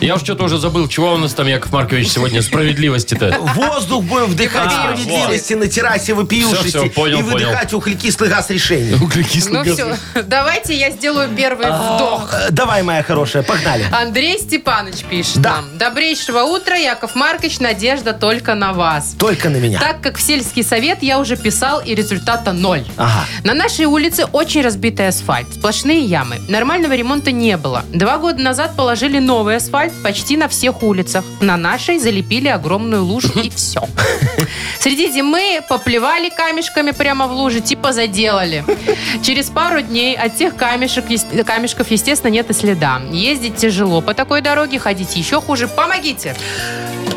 S2: Я уж что-то уже забыл, чего у нас там, Яков Маркович, сегодня справедливости-то.
S4: Воздух будем вдыхать
S2: А,
S4: справедливости на террасе вопиюшести
S2: Всё, всё, понял,
S4: и выдыхать углекислый газ решений.
S2: Углекислый
S3: Ну
S2: газ.
S3: все, давайте я сделаю первый вдох.
S4: Э, Давай, моя хорошая, погнали.
S3: Андрей Степанович пишет
S4: Да.
S3: нам. Добрейшего утра, Яков Маркович, надежда только на вас.
S4: Только на меня.
S3: Так как в сельский совет я уже писал и результата ноль.
S4: Ага.
S3: На нашей улице очень разбитый асфальт, сплошные ямы. Нормального ремонта не было. Два года назад положили новый асфальт почти на всех улицах. На нашей залепили огромную лужу и все. Среди зимы поплевали камешками прямо в луже, типа заделали. Через пару дней от тех камешек, ес- камешков, естественно, нет и следа. Ездить тяжело по такой дороге, ходить еще хуже. Помогите!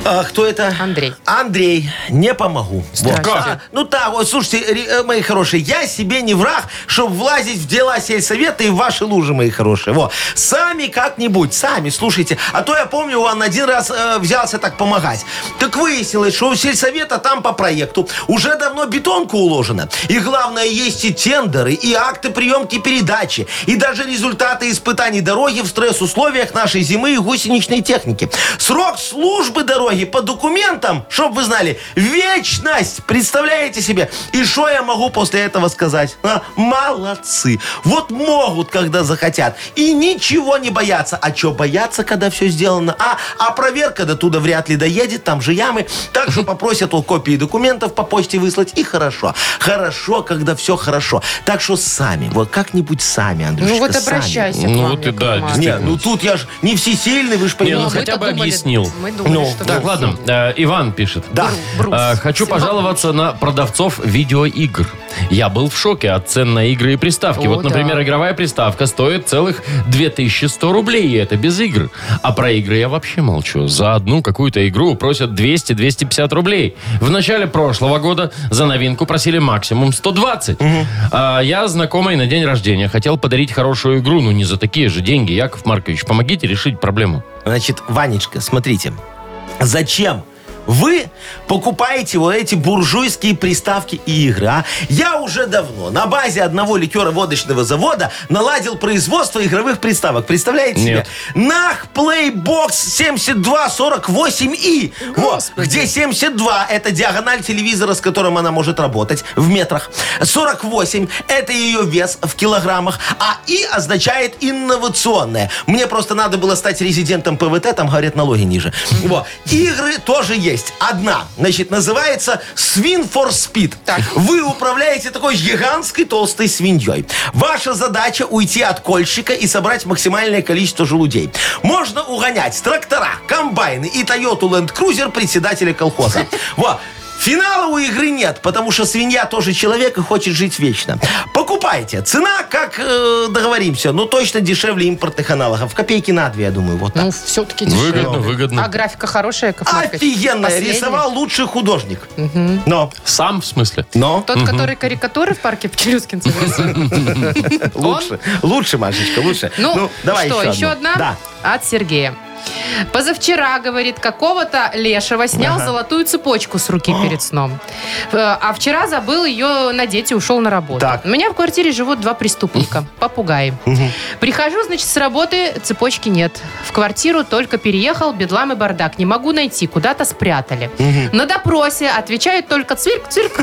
S4: А, кто это?
S3: Андрей.
S4: Андрей, не помогу.
S3: Здрасте.
S4: Вот. А, ну так, вот слушайте, ре- э, мои хорошие, я себе не враг, чтобы влазить в дела сельсовета и в ваши лужи, мои хорошие. Во. Сами как-нибудь, сами, слушайте. А то я помню, он один раз э, взялся так помогать. Так выяснилось, что у сельсовета там по проекту уже давно бетонка уложена. И главное, есть и тендеры, и акты приемки передачи, и даже результаты испытаний дороги в стресс-условиях нашей зимы и гусеничной техники. Срок службы дороги по документам, чтобы вы знали, вечность, представляете себе? И что я могу после этого сказать? А? Молодцы. Вот могут, когда захотят. И ничего не боятся. А что боятся, когда все сделано? А, а проверка до туда вряд ли доедет, там же ямы. Так что попросят вот копии документов по почте выслать. И хорошо. Хорошо, когда все хорошо. Так что сами, вот как-нибудь сами, Андрюшечка,
S3: Ну вот
S4: сами.
S3: обращайся
S2: Ну
S3: к вам,
S2: вот и
S3: Яков
S2: да,
S3: Маркович.
S4: Не, ну тут я ж не всесильный, вы же
S2: Не, ну
S4: понимаете.
S2: хотя
S3: Мы-то
S2: бы
S3: думали-
S2: объяснил.
S3: Мы думали,
S4: Ну,
S3: что...
S2: Так,
S3: вы-
S2: ладно, э, Иван пишет.
S4: Да.
S2: Э, Хочу пожаловаться на продавцов видеоигр. Я был в шоке от цен на игры и приставки.
S3: О,
S2: вот, например,
S3: да.
S2: игровая приставка стоит целых 2100 рублей, и это без игр. А про игры я вообще молчу. За одну какую-то игру просят 200-250 рублей. В начале прошлого года за новинку просили максимум 120. А я знакомой на день рождения хотел подарить хорошую игру, но не за такие же деньги. Яков Маркович, помогите решить проблему.
S4: Значит, Ванечка, смотрите. Зачем вы покупаете вот эти буржуйские приставки и игры, а? Я уже давно на базе одного ликероводочного завода наладил производство игровых приставок. Представляете себе?
S2: Нет.
S4: Нах Playbox 7248i. Вот, где 72 – это диагональ телевизора, с которым она может работать в метрах. 48 – это ее вес в килограммах. А «и» означает инновационное. Мне просто надо было стать резидентом ПВТ, там, говорят, налоги ниже. Вот. Игры тоже есть. Одна. Значит, называется «Swin for Speed». Вы управляете такой гигантской толстой свиньей. Ваша задача – уйти от кольщика и собрать максимальное количество желудей. Можно угонять трактора, комбайны и Toyota Land Cruiser председателя колхоза. Во. Финала у игры нет, потому что свинья тоже человек и хочет жить вечно. Покупайте. Цена, как э, договоримся, ну точно дешевле импортных аналогов. Копейки на две, я думаю, вот так.
S3: Ну, все-таки
S2: Выгодно,
S3: дешевле.
S2: выгодно.
S3: А графика хорошая, Яков Маркович?
S4: Офигенно!
S3: Последний?
S4: Рисовал лучший художник. Но,
S2: Сам, в смысле?
S4: но
S3: Тот, который карикатуры в парке Челюскинцев рисует.
S4: лучше, лучше, Машечка, лучше.
S3: Ну, что, еще,
S4: одну.
S3: одна?
S4: Да.
S3: От Сергея. Позавчера, говорит, какого-то лешего снял золотую цепочку с руки
S4: А?
S3: перед сном. Э, А вчера забыл ее надеть и ушел на работу.
S4: Так.
S3: У меня в квартире живут два преступника. Попугаи. Прихожу, значит, с работы цепочки нет. В квартиру только переехал, бедлам и бардак. Не могу найти, куда-то спрятали. На допросе отвечают только цирк-цирк.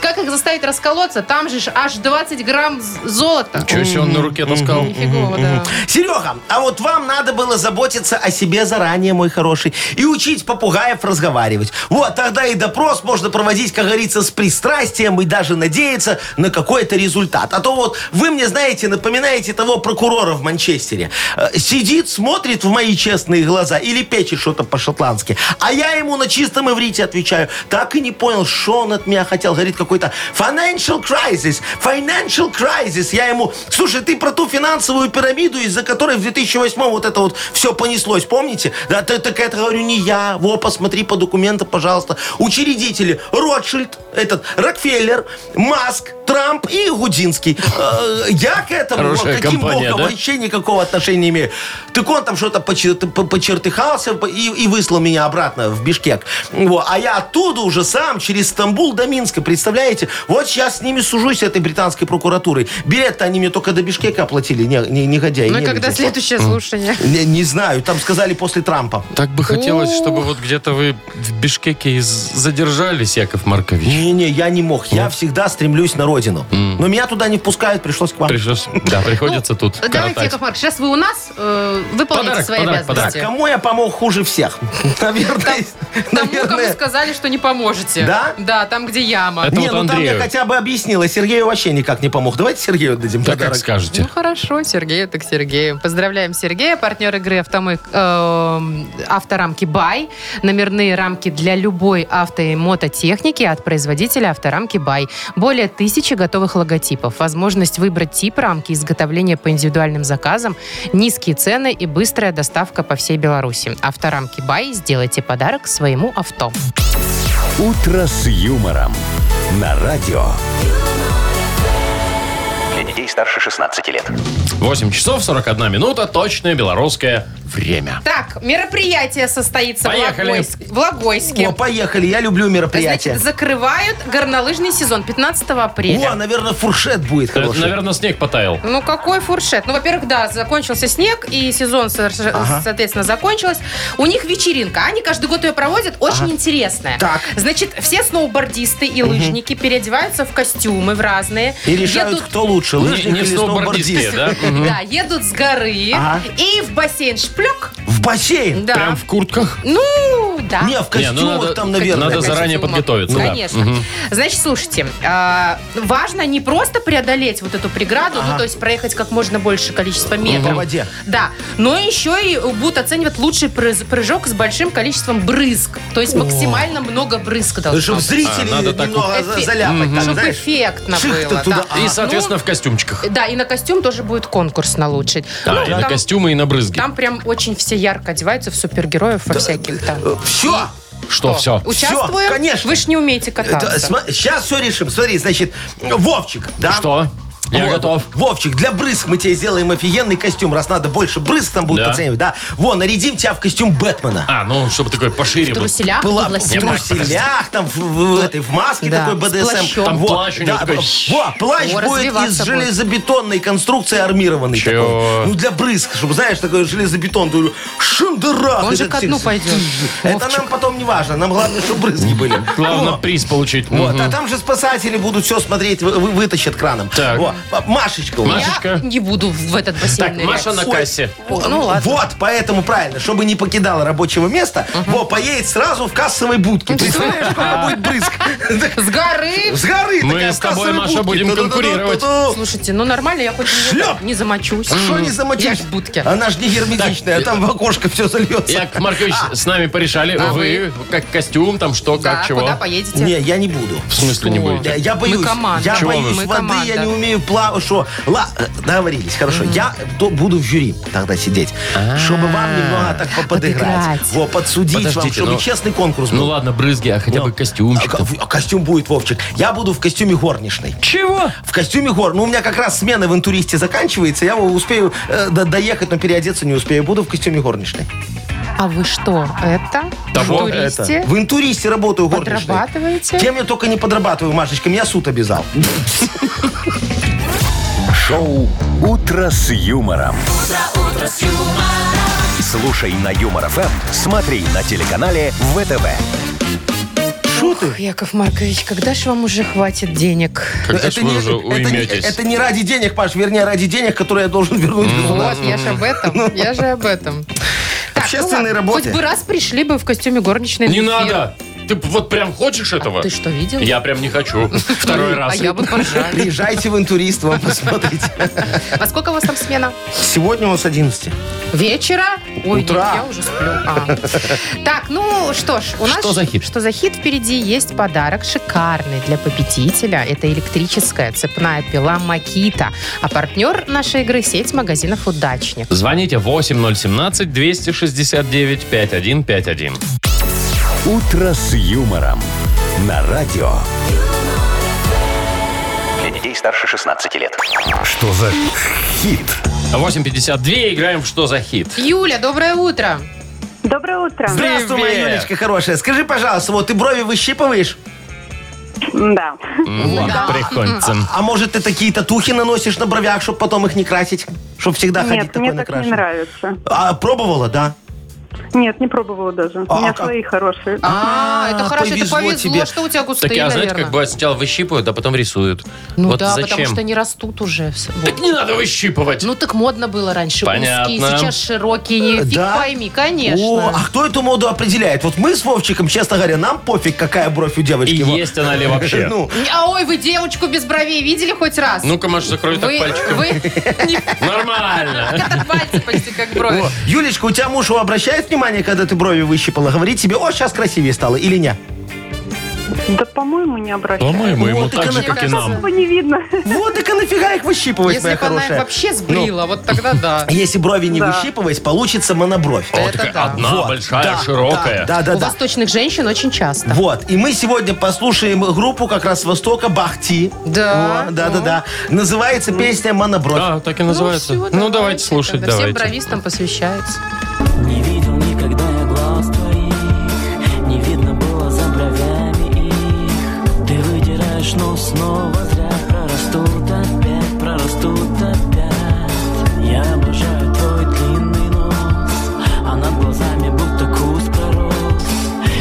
S3: Как их заставить расколоться? Там же ж аж 20 грамм з- золота.
S2: Чего себе он на руке таскал?
S3: Нифигово, да.
S4: Серега, а вот вам надо было заботиться о себе заранее, мой хороший, и учить попугаев разговаривать. Вот, тогда и допрос можно проводить, как говорится, с пристрастием и даже надеяться на какой-то результат. А то вот вы мне, знаете, напоминаете того прокурора в Манчестере. Э, Сидит, смотрит в мои честные глаза или печет что-то по-шотландски. А я ему на чистом иврите отвечаю. Так и не понял, что он от меня хотел. Говорит какой-то financial crisis, financial crisis. Я ему, слушай, ты про ту финансовую пирамиду, из-за которой в 2008 вот это вот все понеслось, помните? Да, ты, так это, говорю, не я. Во, посмотри по документам, пожалуйста. Учредители Ротшильд, этот, Рокфеллер, Маск, Трамп и Гудинский. Э, Я к этому, вот,
S2: Хорошая
S4: каким
S2: компания,
S4: боком,
S2: да?
S4: вообще никакого отношения не имею. Так он там что-то почер- по- почертыхался и, и выслал меня обратно в Бишкек. Во, А я оттуда уже сам, через Стамбул до Минска, представляете? Вот сейчас с ними сужусь, с этой британской прокуратурой. Билет-то они мне только до Бишкека оплатили, не, не- негодяи.
S3: Ну и
S4: не
S3: когда
S4: люди.
S3: следующее слушание?
S4: Не, не знаю, там сказали после Трампа.
S2: Так бы хотелось, чтобы вот где-то вы в Бишкеке и з- задержались, Яков Маркович.
S4: Не-не, я не мог. Я всегда стремлюсь на родину. Но меня туда не впускают, пришлось к вам.
S2: Пришлось, да, приходится
S3: Ну,
S2: тут
S3: Давайте,
S2: коротать.
S3: Яков Маркович, сейчас вы у нас э, выполните
S2: Подарок,
S3: свои
S2: подарок,
S4: Так,
S3: обязанности.
S4: кому я помог хуже всех? Наверное.
S3: Тому, кому сказали, что не поможете.
S4: Да?
S3: Да, там, где яма.
S2: Это
S4: не,
S2: вот
S4: ну там
S2: Андрею.
S4: я хотя бы объяснила. Сергею вообще никак не помог. Давайте Сергею отдадим
S2: Да как
S4: подарок.
S3: Ну
S2: скажете.
S3: хорошо, Сергею так Сергею. Поздравляем Сергея, партнер игры «Автомой», эм, «Авторамки Бай». Номерные рамки для любой авто и мототехники от производителя «Авторамки Бай». Более тысячи готовых логотипов, возможность выбрать тип рамки, изготовление по индивидуальным заказам, низкие цены и быстрая доставка по всей Беларуси. «Авторамки Бай» сделайте подарок своему авто.
S1: «Утро с юмором» на радио.
S7: Для детей старше 16 лет.
S2: 8 часов 41 минута, точное белорусское время. Э,
S3: Так, мероприятие состоится в
S2: Поехали.
S3: Логойск- в Логойске.
S4: О, поехали, я люблю мероприятия.
S3: Значит, закрывают горнолыжный сезон 15 апреля.
S4: О, наверное, фуршет будет
S2: Это,
S4: хороший.
S2: наверное, снег потаял.
S3: Ну, какой фуршет? Ну, во-первых, да, закончился снег, и сезон, со- соответственно, закончилось. У них вечеринка. Они каждый год ее проводят. Очень интересная.
S4: Так.
S3: Значит, все сноубордисты и лыжники переодеваются в костюмы в разные.
S4: И решают,
S3: едут-
S4: кто лучше, лыжник
S2: не
S4: или
S2: сноубордисты,
S4: сноубордист.
S2: да?
S3: Да, едут с горы
S4: Ага.
S3: и в бассейн шплек.
S4: В бассейн.
S3: Да.
S2: Прям в куртках?
S3: Ну, да.
S4: Не, в
S2: Не,
S4: костюмах
S2: ну надо-
S4: там, наверное.
S2: надо
S3: В костюмах.
S2: заранее подготовиться, да.
S3: Конечно. Значит, слушайте, а, важно не просто преодолеть вот эту преграду, ну, то есть проехать как можно больше количество метров.
S4: По воде.
S3: Да, но еще и будут оценивать лучший прыз- прыжок с большим количеством брызг. То есть максимально много брызг должно
S4: Ну, чтобы
S3: быть.
S4: зрители
S2: А, надо так
S4: немного за-
S3: Эфе-
S4: заляпать. так,
S3: Чтобы
S4: знаешь,
S3: эффектно
S4: ших-то
S3: было.
S4: туда,
S3: да.
S2: И,
S4: а,
S2: соответственно, в костюмчиках.
S3: Ну, да, и на костюм тоже будет конкурс на лучший.
S2: А,
S3: Ну,
S2: и на
S3: там-
S2: костюмы, и на брызги.
S3: Там прям очень все ярко одеваются в супергероев во всяких там.
S4: Все.
S2: Что, все?
S3: Участвуем?
S4: э, конечно.
S3: Вы ж не умеете кататься.
S4: Сейчас все решим. Смотри, значит, Вовчик, да?
S2: Что? Я
S4: Вот.
S2: готов.
S4: Вовчик, для брызг мы тебе сделаем офигенный костюм. Раз надо больше брызг там будут
S2: Да.
S4: оценивать, да? Вон, нарядим тебя в костюм Бэтмена.
S2: А, ну, чтобы такой пошире
S3: В
S2: был.
S3: труселях,
S4: Была
S3: в
S4: в
S3: областях.
S4: труселях, там в, в этой, в маске
S3: Да,
S4: такой
S3: с
S4: БДСМ.
S3: плащом.
S2: Там плащ у него такой, щ-
S4: во, плащ
S3: О,
S4: будет из
S3: развиваться будет.
S4: железобетонной конструкции армированный
S2: Чего?
S4: такой. Ну, для брызг, чтобы, знаешь, такой железобетон. Говорю, шандыра.
S3: Он же ко дну пойдет.
S4: Это
S3: Вовчик.
S4: нам потом не важно. Нам главное, чтобы брызги были.
S2: Главное,
S4: Во.
S2: приз получить.
S4: Вот,
S2: Мгм.
S4: а там же спасатели будут все смотреть, вы- вы- вытащат краном.
S2: Так.
S4: Во, а, Машечка. у нас.
S2: Машечка.
S3: Я не буду в этот бассейн
S2: Так,
S3: нырять.
S2: Маша на
S4: Ой.
S2: кассе.
S3: О, ну ладно.
S4: Вот, поэтому правильно, чтобы не покидала рабочего места, во, поедет сразу в кассовой будке. Представляешь, сколько будет брызг?
S3: С горы!
S4: С горы
S2: Мы
S4: такая
S2: с тобой,
S4: кассовой
S2: Маша,
S4: будке.
S2: будем
S4: Ту-ду-ду-ду-ду-ду.
S2: конкурировать.
S3: Слушайте, ну нормально, я хоть не,
S4: Шлеп!
S3: не замочусь.
S4: Что не замочишь?
S3: Я ж в будке.
S2: ну,
S4: Она же не герметичная, а там в окошко все зальется.
S2: Яков Маркович, с нами порешали.
S3: А
S2: вы, как костюм, там что,
S3: Да,
S2: как, чего.
S3: куда поедете?
S4: Не, я не буду.
S2: В смысле не
S3: Что?
S2: будете?
S4: Я, я
S3: Мы
S4: боюсь.
S3: команда.
S4: Я
S3: Чего
S4: боюсь
S3: вы? Мы
S4: воды,
S3: команда.
S4: я не умею плавать. Что? Ла... э, Договорились, хорошо. Я то буду в жюри тогда сидеть,
S2: А.
S4: чтобы вам немного так по- подыграть.
S3: Подыграть.
S4: Во, подсудить
S2: Подождите,
S4: вам, чтобы
S2: ну-
S4: честный конкурс был.
S2: Ну ладно, брызги, а хотя
S4: Ну.
S2: бы костюмчик.
S4: А
S2: там.
S4: ко- а Костюм будет, Вовчик. Я буду в костюме горничной.
S2: Чего?
S4: В костюме гор. Ну, у меня как раз смена в интуристе заканчивается. Я успею э, до- доехать, но переодеться не успею. Буду в костюме горничной.
S3: А вы что, это?
S2: Того
S3: в туристе?
S4: В интуристе работаю горничной.
S3: Подрабатываете?
S4: Кем я только не подрабатываю, Машечка. Меня суд обязал.
S1: Шоу «Утро с юмором». Слушай на Юмор ФМ, смотри на телеканале ВТВ.
S4: Шо ты?
S3: Ох, Яков Маркович, когда ж вам уже хватит денег?
S2: Когда ж вы уже
S4: это, не,
S2: уйметесь?
S4: это не ради денег, Паш, вернее, ради денег, которые я должен вернуть
S3: Вот,
S2: Ну
S4: государству.
S3: я же об этом, я же об этом. Так,
S4: Общественные
S3: ну ладно,
S4: работы.
S3: Хоть бы раз пришли бы в костюме горничной. на
S2: Не
S3: эфир. А
S2: надо. Ты вот прям хочешь этого?
S3: Ты что, видел?
S2: Я прям не хочу. Второй
S3: А
S2: раз.
S3: я бы поржала.
S4: Приезжайте в интурист, вам посмотрите.
S3: Во А сколько у вас там смена?
S4: Сегодня у нас 11.
S3: Вечера? Ой, нет,
S4: Утра.
S3: я уже сплю. А. Так, ну что ж, у нас...
S2: Что за хит?
S3: Что за хит впереди? Есть подарок шикарный для победителя. Это электрическая цепная пила Макита. А партнер нашей игры – сеть магазинов «Удачник».
S2: Звоните 8017-269-5151.
S1: «Утро с юмором» на радио.
S7: Для детей старше 16 лет.
S1: Что за хит?
S2: 8.52. Играем в «Что за хит?»
S3: Юля, доброе утро.
S5: Доброе утро.
S4: Здравствуй, моя
S2: Привет.
S4: Юлечка хорошая. Скажи, пожалуйста, вот ты брови выщипываешь?
S5: Да.
S3: Ну
S2: Вот приходится.
S4: А может, ты такие татухи наносишь на бровях, чтобы потом их не красить? Чтобы всегда ходить
S5: Нет,
S4: такой
S5: мне так не
S4: накрашенный.
S5: нравится.
S4: А пробовала, да?
S5: Нет, не пробовала даже.
S4: А,
S5: У меня
S4: а как?
S5: свои хорошие.
S3: А,
S4: А,
S3: это хорошо, это
S4: повезло
S3: повезло,
S4: тебе.
S3: что у тебя густые,
S2: Так я, знаете, как
S3: наверное.
S2: бывает, сначала выщипывают, а потом рисуют.
S3: Ну
S2: вот
S3: да,
S2: зачем?
S3: потому что не растут уже. с- вот.
S2: Так не надо выщипывать.
S3: Ну так модно было раньше.
S2: Понятно.
S3: Узкие, сейчас широкие. Фиг
S4: Да?
S3: пойми, конечно.
S4: О, а кто эту моду определяет? Вот мы с Вовчиком, честно говоря, нам пофиг, какая бровь у девочки.
S3: типа-
S2: И
S4: Во.
S2: есть она ли вообще?
S4: Ну,
S3: А ой, вы девочку без бровей видели хоть раз?
S2: Ну-ка, Маш, закрой так
S3: вы,
S2: пальчиком.
S3: вы не
S2: Нормально.
S3: это пальцы почти как брови.
S4: о, Юлечка, у тебя муж обращает внимание, когда ты брови выщипала? Говорит тебе, о, сейчас красивее стало, или не?
S5: Да, по-моему, не обращаюсь.
S2: По-моему, ему
S4: Вот и
S2: так же, как и нам.
S5: Особо не видно.
S4: Вот так и нафига их выщипывать,
S3: Если
S4: моя
S3: бы она их
S4: хорошая.
S3: вообще
S2: Ну.
S3: сбрила, вот тогда да.
S4: Если брови не
S5: Да.
S4: выщипывать, получится монобровь.
S2: Вот
S3: Это
S2: такая
S3: да.
S2: одна
S4: Вот,
S2: большая,
S4: да,
S2: широкая.
S4: Да, да,
S3: У
S4: да. да.
S3: восточных женщин очень часто.
S4: Вот, и мы сегодня послушаем группу как раз с Востока Бахти.
S3: Да.
S4: О, да, да, да. Называется песня «Монобровь».
S2: Да, так и называется.
S3: всё,
S2: Ну, давайте слушать,
S3: тогда. Всем
S2: давайте.
S3: бровистам посвящается.
S6: Не видел никогда я глаз твоих Не видно было за бровями их Ты выдираешь, но снова зря Прорастут опять, прорастут опять Я обожаю твой длинный нос А над глазами будто куст пророс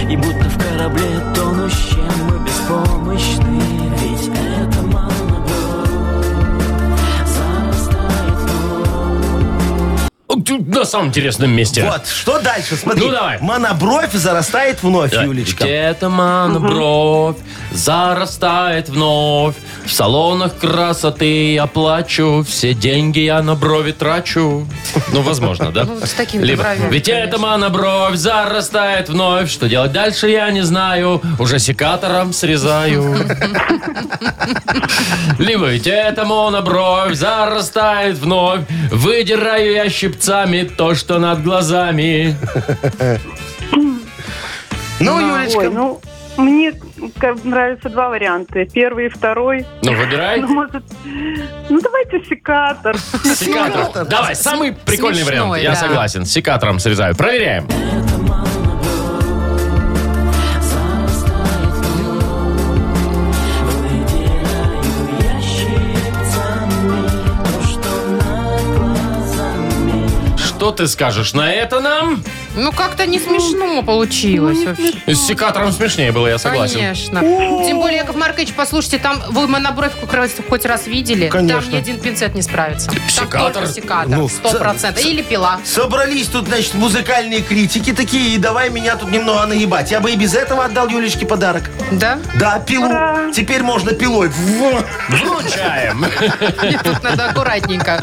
S6: И будто в корабле тонущем Мы беспомощны, ведь это монобровь Зарастает вновь
S2: тут Ну, на самом интересном месте.
S4: Вот, что дальше? Смотри,
S2: Ну, давай.
S4: монобровь зарастает вновь,
S2: Да.
S4: Юлечка.
S2: Где-то монобровь зарастает вновь. В салонах красоты я плачу, все деньги я на брови трачу. Ну, возможно, да?
S3: Ну, с такими-то
S2: Либо.
S3: бровями,
S2: Ведь эта монобровь зарастает вновь. Что делать дальше, я не знаю. Уже секатором срезаю. Либо ведь эта монобровь зарастает вновь. Выдираю я щипцами то, что над глазами.
S4: Ну, Юлечка,
S9: Ой, ну, мне как бы нравятся два варианта. Первый и второй.
S2: Ну, выбирай.
S9: Ну, может, ну давайте секатор.
S2: Секатор. Давай, самый прикольный
S3: Смешной,
S2: вариант. Я
S3: да.
S2: согласен. С Секатором срезаю. Проверяем. Что ты скажешь на это нам?
S3: Ну, как-то не смешно получилось вообще.
S2: С секатором смешнее было, я Ну, согласен.
S3: Конечно. Тем более, Яков Маркович, послушайте, там вы монобровь красите хоть раз видели? Там ни
S4: Конечно.
S3: один пинцет не справится. Там
S2: Секатор?
S3: только секатор,
S4: Ну,
S3: сто процентов. Или пила.
S4: собрались тут, значит, музыкальные критики такие, и давай меня тут немного нагибать. Я бы и без этого отдал Юлечке подарок.
S3: Да?
S4: Да, пилу. Теперь можно пилой. Вот.
S2: Вручаем.
S3: Мне тут надо аккуратненько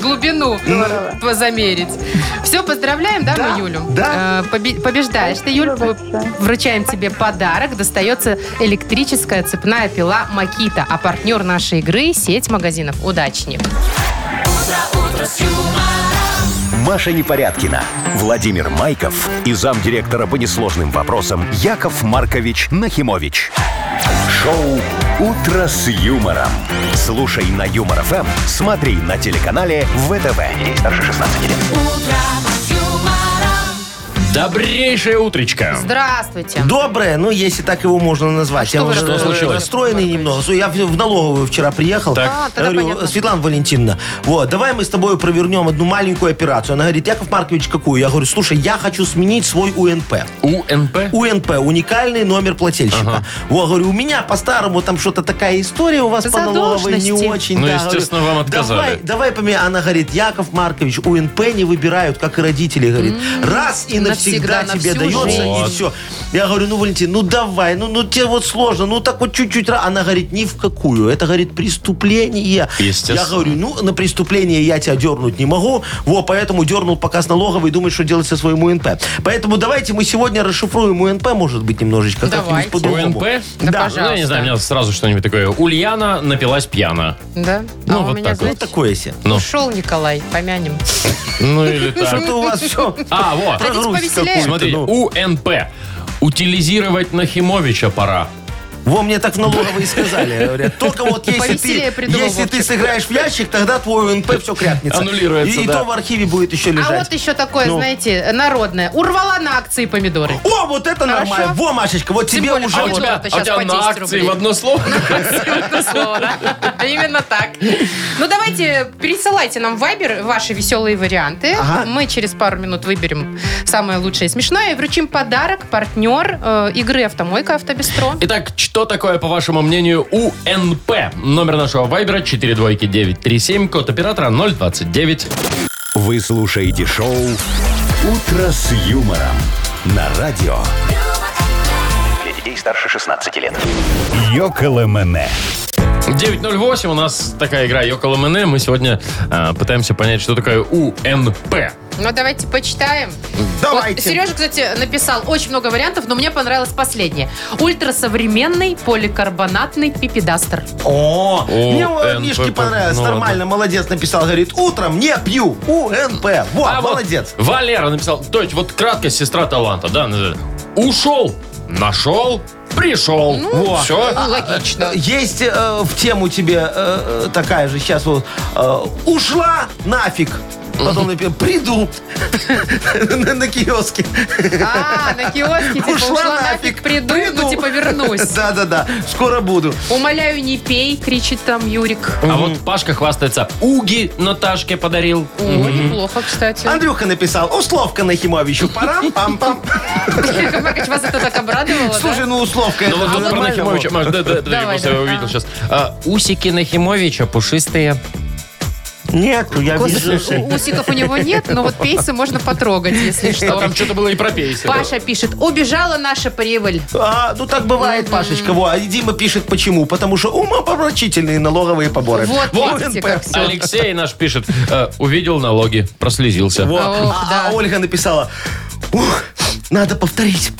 S3: глубину замерить. Все, поздравляем, да, мы
S4: Да,
S3: Юлю? Э,
S4: да.
S3: побе- Побеждаешь ты, Юль. Вручаем тебе подарок. Достается электрическая цепная пила «Макита». А партнер нашей игры – сеть магазинов «Удачник».
S1: Маша Непорядкина, Владимир Майков и замдиректора по несложным вопросам Яков Маркович Нахимович. Шоу «Утро с юмором». Слушай на Юмор ФМ, смотри на телеканале ВТВ. Ей старше 16 лет.
S2: Добрейшее утречко.
S3: Здравствуйте.
S4: Доброе, ну, если так его можно назвать. я
S3: вы
S4: уже э,
S3: Что
S2: случилось?
S4: расстроенный немного. Слушай, Я в в налоговую вчера приехал.
S2: Так.
S3: А,
S4: Я
S3: тогда
S4: говорю,
S3: понятно.
S4: Светлана Валентиновна, вот, давай мы с тобой провернем одну маленькую операцию. Она говорит, Яков Маркович, какую? Я говорю, слушай, я хочу сменить свой УНП.
S2: УНП?
S4: УНП, уникальный номер плательщика. Вот, говорю, у меня по-старому там что-то такая история у вас по налоговой не
S3: Задолженности.
S4: очень.
S2: Ну,
S4: да.
S2: естественно, вам отказали.
S4: Давай, давай поменяй. Она говорит, Яков Маркович, УНП не выбирают, как и родители, говорит. Раз и
S3: навсегда,
S4: навсегда,
S3: на
S4: тебе
S3: всю
S4: дается,
S2: жизнь.
S4: и все. Я говорю, ну, Валентин, ну, давай, ну, ну, тебе вот сложно, ну, так вот чуть-чуть. раз». Она говорит, ни в какую. Это, говорит, преступление.
S2: Естественно.
S4: Я говорю, ну, на преступление я тебя дернуть не могу, вот, поэтому дернул пока с налоговой, думает, что делать со своим УНП. Поэтому давайте мы сегодня расшифруем УНП, может быть, немножечко,
S3: Давайте.
S4: как-нибудь по-другому.
S2: УНП?
S3: Да,
S4: Да,
S2: Ну, я не знаю, у меня
S3: пожалуйста.
S2: сразу что-нибудь такое. Ульяна напилась пьяна.
S3: Да?
S2: Ну,
S3: а у
S2: вот
S3: меня,
S2: так вот.
S4: Вот
S3: знаете,
S4: такое себе.
S2: Ну.
S3: ушел Николай, помянем.
S2: Ну, или так.
S4: Что-то у вас все...
S2: А, вот.
S3: Хотите повеселее?
S4: ну.
S2: Смотри, УНП. Утилизировать Нахимовича пора.
S4: Во, мне так в налоговой и сказали. Говорят, только вот если
S3: Повеселее
S4: ты,
S3: придумал,
S4: если ты
S3: Вовчик.
S4: сыграешь в ящик, тогда твой УНП все крякнется.
S2: Аннулируется,
S4: И, и
S2: да.
S4: то в архиве будет еще
S3: А
S4: лежать.
S3: вот еще такое,
S4: Ну.
S3: знаете, народное. Урвала на акции помидоры.
S4: О, вот это
S3: Хорошо.
S4: нормально. Во, Машечка, вот
S3: Тем
S4: тебе
S3: более,
S4: уже...
S3: что
S2: А у
S3: Вот
S2: тебя,
S3: это
S2: а у
S3: щас
S2: тебя
S3: по 10
S2: на акции
S3: рублей.
S2: в одно слово?
S3: Это слово, да? Да, Именно так. Ну, давайте пересылайте нам в Вайбер ваши веселые варианты.
S4: Ага.
S3: Мы через пару минут выберем самое лучшее и смешное и вручим подарок партнер э, игры «Автомойка Автобестро».
S2: Итак, что такое, по вашему мнению, УНП? Номер нашего вайбера 42937, код оператора 029.
S1: Вы слушаете шоу «Утро с юмором» на радио
S7: Для детей старше 16 лет.
S1: «Йоколэмэне».
S2: 908, у нас такая игра Йокола Мене. Мы сегодня э, пытаемся понять, что такое УНП.
S3: Ну, давайте почитаем.
S4: Давайте.
S3: Вот Сережа, кстати, написал очень много вариантов, но мне понравилось последнее. Ультрасовременный поликарбонатный пипедастер.
S4: О, мне у
S2: УНП,
S4: Мишки понравилось.
S2: ну
S4: Нормально, молодец написал. Говорит, утром не пью УНП. Во,
S2: А вот
S4: молодец.
S2: Валера написал, то есть вот кратко сестра таланта, да? называется. Ушел, нашел, пришел. Все.
S3: Ну, логично.
S4: Есть э, в тему тебе э, э, такая же сейчас вот. э, ушла нафиг. Потом напи- приду на на киоске.
S3: А, на киоске, типа, ушла нафиг, приду, ну, типа, вернусь.
S4: Да-да-да, скоро буду.
S3: Умоляю, не пей, кричит там Юрик.
S2: А вот Пашка хвастается, уги Наташке подарил.
S3: О, неплохо, кстати.
S4: Андрюха написал, условка Нахимовичу, парам-пам-пам.
S3: Яков Маркович, вас это так обрадовало,
S4: Слушай, ну условка, это
S2: Ну вот,
S4: же
S2: вот про
S4: нормально.
S2: Нахимовича, Маш, да, да, да, я
S3: Давай,
S2: просто
S3: да.
S2: увидел сейчас. А, усики Нахимовича пушистые.
S4: Нет, я вижу.
S3: Кос- у- Усиков у него нет, но вот пейсы можно потрогать, если
S2: А
S3: что.
S2: там что-то было и про пейсы.
S3: Паша пишет, убежала наша прибыль.
S4: А, ну так бывает, Пашечка. Во, а Дима пишет, почему? Потому что умопомрачительные налоговые поборы.
S3: Вот, типа,
S4: Во,
S3: видите,
S4: УНП.
S3: как все.
S2: Алексей наш пишет, э, увидел налоги, прослезился.
S4: Во.
S3: Ох,
S4: А-
S3: да.
S4: а Ольга написала, ух, надо повторить.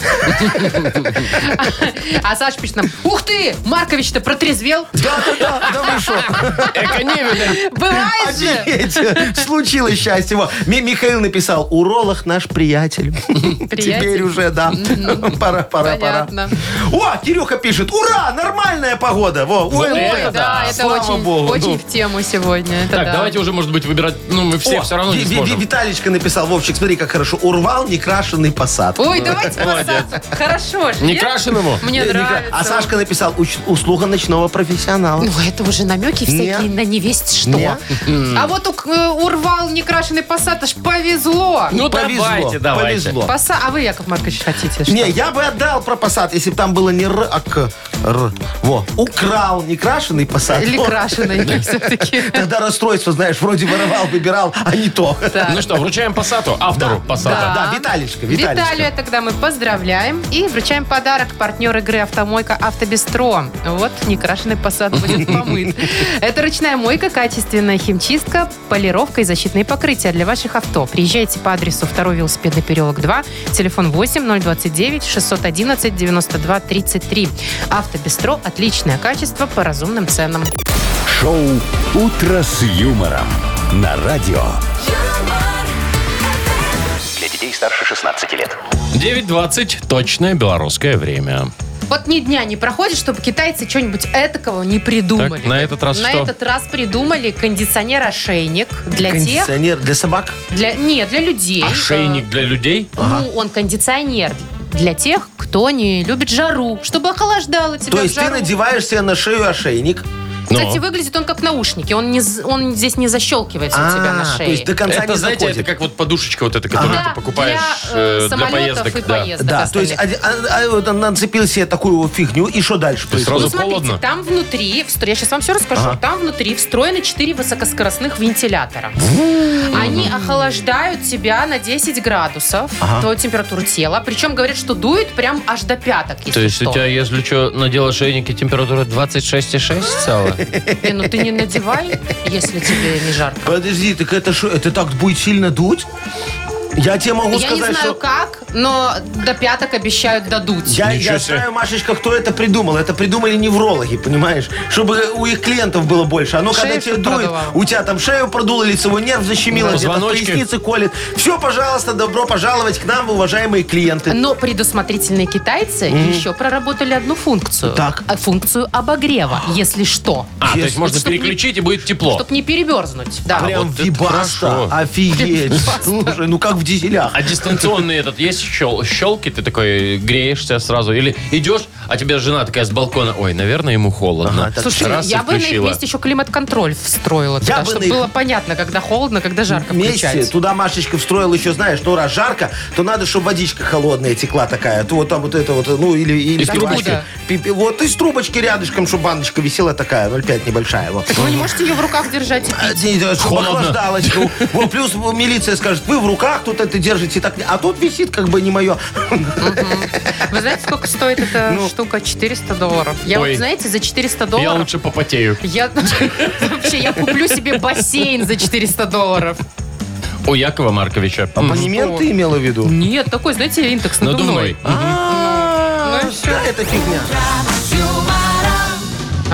S3: А Саша пишет нам, ух ты, Маркович-то протрезвел.
S4: Да-да-да, да вы шо?
S2: Эко-невидаль.
S3: Бывает же.
S4: Офигеть. Случилось счастье. Во, Ми- Михаил написал, уролог наш приятель. Теперь уже, да. Пора, пора, пора.
S3: Понятно.
S4: О, Кирюха пишет, ура, нормальная погода. Во, ой,
S2: это
S4: ой,
S3: Ой, да, это
S4: Слава
S3: очень,
S4: богу,
S3: очень
S4: ну.
S3: в тему сегодня. Это
S2: Так,
S3: да.
S2: давайте уже, может быть, выбирать. Ну, мы все
S4: О,
S2: все равно не
S4: Ви- Ви-
S2: сможем.
S4: Виталичка написал, Вовчик, смотри, как хорошо. Урвал некрашенный посад.
S3: Ой, давайте посадку. Хорошо же.
S2: Не
S3: нет?
S2: крашеному?
S3: Мне
S4: Э, некра-
S3: нравится.
S4: А Сашка написал, «Уч- услуга ночного профессионала.
S3: Ну, это уже намеки всякие
S4: Не.
S3: на невесть что.
S4: Не.
S3: А вот у- э, урвал некрашенный посад, аж повезло.
S2: Ну,
S4: Повезло,
S2: давайте, давайте.
S4: повезло.
S3: Поса- А вы, Яков Маркович, хотите что?
S4: Не, я бы отдал про посад, если бы там было не р, а к р. Во. Украл некрашенный посад.
S3: Или
S4: Вот.
S3: крашеный все-таки.
S4: Тогда расстройство, знаешь, вроде воровал, выбирал, а не то.
S2: Ну что, вручаем Пассату, автору Пассата.
S4: Да, Виталичка, Виталичка.
S3: Виталия тогда мы поздравляем и вручаем подарок. Партнер игры «Автомойка Автобестро». Вот некрашенный посад будет помыт. Это ручная мойка, качественная химчистка, полировка и защитные покрытия для ваших авто. Приезжайте по адресу 2 велосипедный переулок 2, телефон 8 029 611 92 33. «Автобестро» – отличное качество по разумным ценам.
S1: Шоу «Утро с юмором» на радио.
S7: Для детей старше 16 лет.
S2: 9.20, точное белорусское время.
S3: Вот ни дня не проходит, чтобы китайцы что-нибудь этакого не придумали.
S2: Так, на этот
S4: А
S2: раз
S3: На
S2: что?
S3: этот раз придумали кондиционер-ошейник для тех,
S4: Кондиционер для собак?
S3: для, не, для людей.
S4: А
S2: Ошейник для людей?
S3: Э, Ну, он кондиционер для тех, кто не любит жару, чтобы охлаждало тебя
S4: То
S3: в
S4: есть ты
S3: жару.
S4: надеваешь себе на шею ошейник.
S3: Кстати,
S2: Ну.
S3: выглядит он как наушники, он, не, з- он здесь не защелкивается у тебя на
S4: А,
S3: шее.
S4: то есть до конца
S2: Это,
S4: не
S2: знаете, это
S4: заходит.
S2: как вот подушечка вот эта, которую
S3: Да,
S2: ты покупаешь
S3: для, э,
S2: э, для,
S3: самолетов
S2: поездок.
S3: и
S2: да.
S3: поездок
S4: Да, то есть
S3: остальных.
S4: а- а- а, вот он нацепил себе такую фигню, и что дальше
S2: есть
S4: происходит?
S2: сразу
S3: Ну, смотрите,
S2: холодно?
S3: там внутри, встро- я сейчас вам все расскажу, там внутри встроены 4 высокоскоростных вентилятора. Они охлаждают тебя на 10 градусов, твою температуру тела. Причем говорят, что дует прям аж до пяток, если
S2: То есть
S3: что.
S2: у тебя, если что, надел ошейник и температура 26,6 целая?
S3: Не, ну ты не надевай, если тебе не жарко.
S4: Подожди, так это что, это так будет сильно дуть? Я тебе могу
S3: я
S4: Ну, сказать,
S3: не знаю
S4: что...
S3: как, но до пяток обещают додуть.
S4: Я,
S2: Ничего
S4: я
S2: себе.
S4: знаю, Машечка, кто это придумал. Это придумали неврологи, понимаешь? Чтобы у их клиентов было больше. Оно,
S3: Шею,
S4: когда тебе
S3: чтоб
S4: дует,
S3: продувало.
S4: у тебя там шею продуло, лицевой нерв защемило,
S2: Да.
S4: где-то в
S2: Позвоночник.
S4: пояснице колет. Все, пожалуйста, добро пожаловать к нам, уважаемые клиенты.
S3: Но предусмотрительные китайцы еще проработали одну функцию.
S4: Так.
S3: А, Функцию обогрева, если что.
S2: А, то есть
S4: Честно.
S2: можно
S3: Чтоб не-
S2: переключить, и будет тепло.
S3: Чтобы не переберзнуть. Да.
S4: Прям
S2: вот это
S4: вибаста.
S2: хорошо.
S4: Офигеть. Слушай, ну как в дизелях.
S2: А дистанционный этот есть щел- щелки? Ты такой греешься сразу? Или идешь, а тебя жена такая с балкона, ой, наверное, ему холодно.
S4: Ага, так
S3: Слушайте,
S2: Раз
S3: я
S2: и
S3: бы на их
S2: включила.
S3: месте еще климат-контроль встроила,
S4: Я
S3: туда,
S4: бы
S3: чтобы
S4: на их-
S3: было понятно, когда холодно, когда жарко
S4: Вместе
S3: включать.
S4: туда Машечка встроил еще, знаешь, ну раз жарко, то надо, чтобы водичка холодная текла такая. То вот там вот это вот, ну или... или
S2: Из трубочки?
S4: пивасик. Пи- пи- Вот из трубочки рядышком, чтобы баночка висела такая, 0,5 небольшая. Вот.
S3: Так Ну, вы не можете ее в руках держать и пить.
S2: Холодно.
S4: Охлаждалось. ну, Вот плюс милиция скажет, вы в руках тут это держите, так, не- а тут висит как бы не мое.
S3: Вы знаете, сколько стоит эта штука? 400 долларов. Я
S2: Ну. Ой.
S3: вот, знаете, за 400
S2: Я
S3: долларов...
S2: лучше попотею.
S3: Я вообще я куплю себе бассейн за 400 долларов.
S2: У Якова Марковича.
S4: Абонемент ты имела в виду?
S3: Нет, такой, знаете, индекс надувной.
S2: Надувной.
S4: А,
S3: Ну и всё.
S4: да, Это фигня.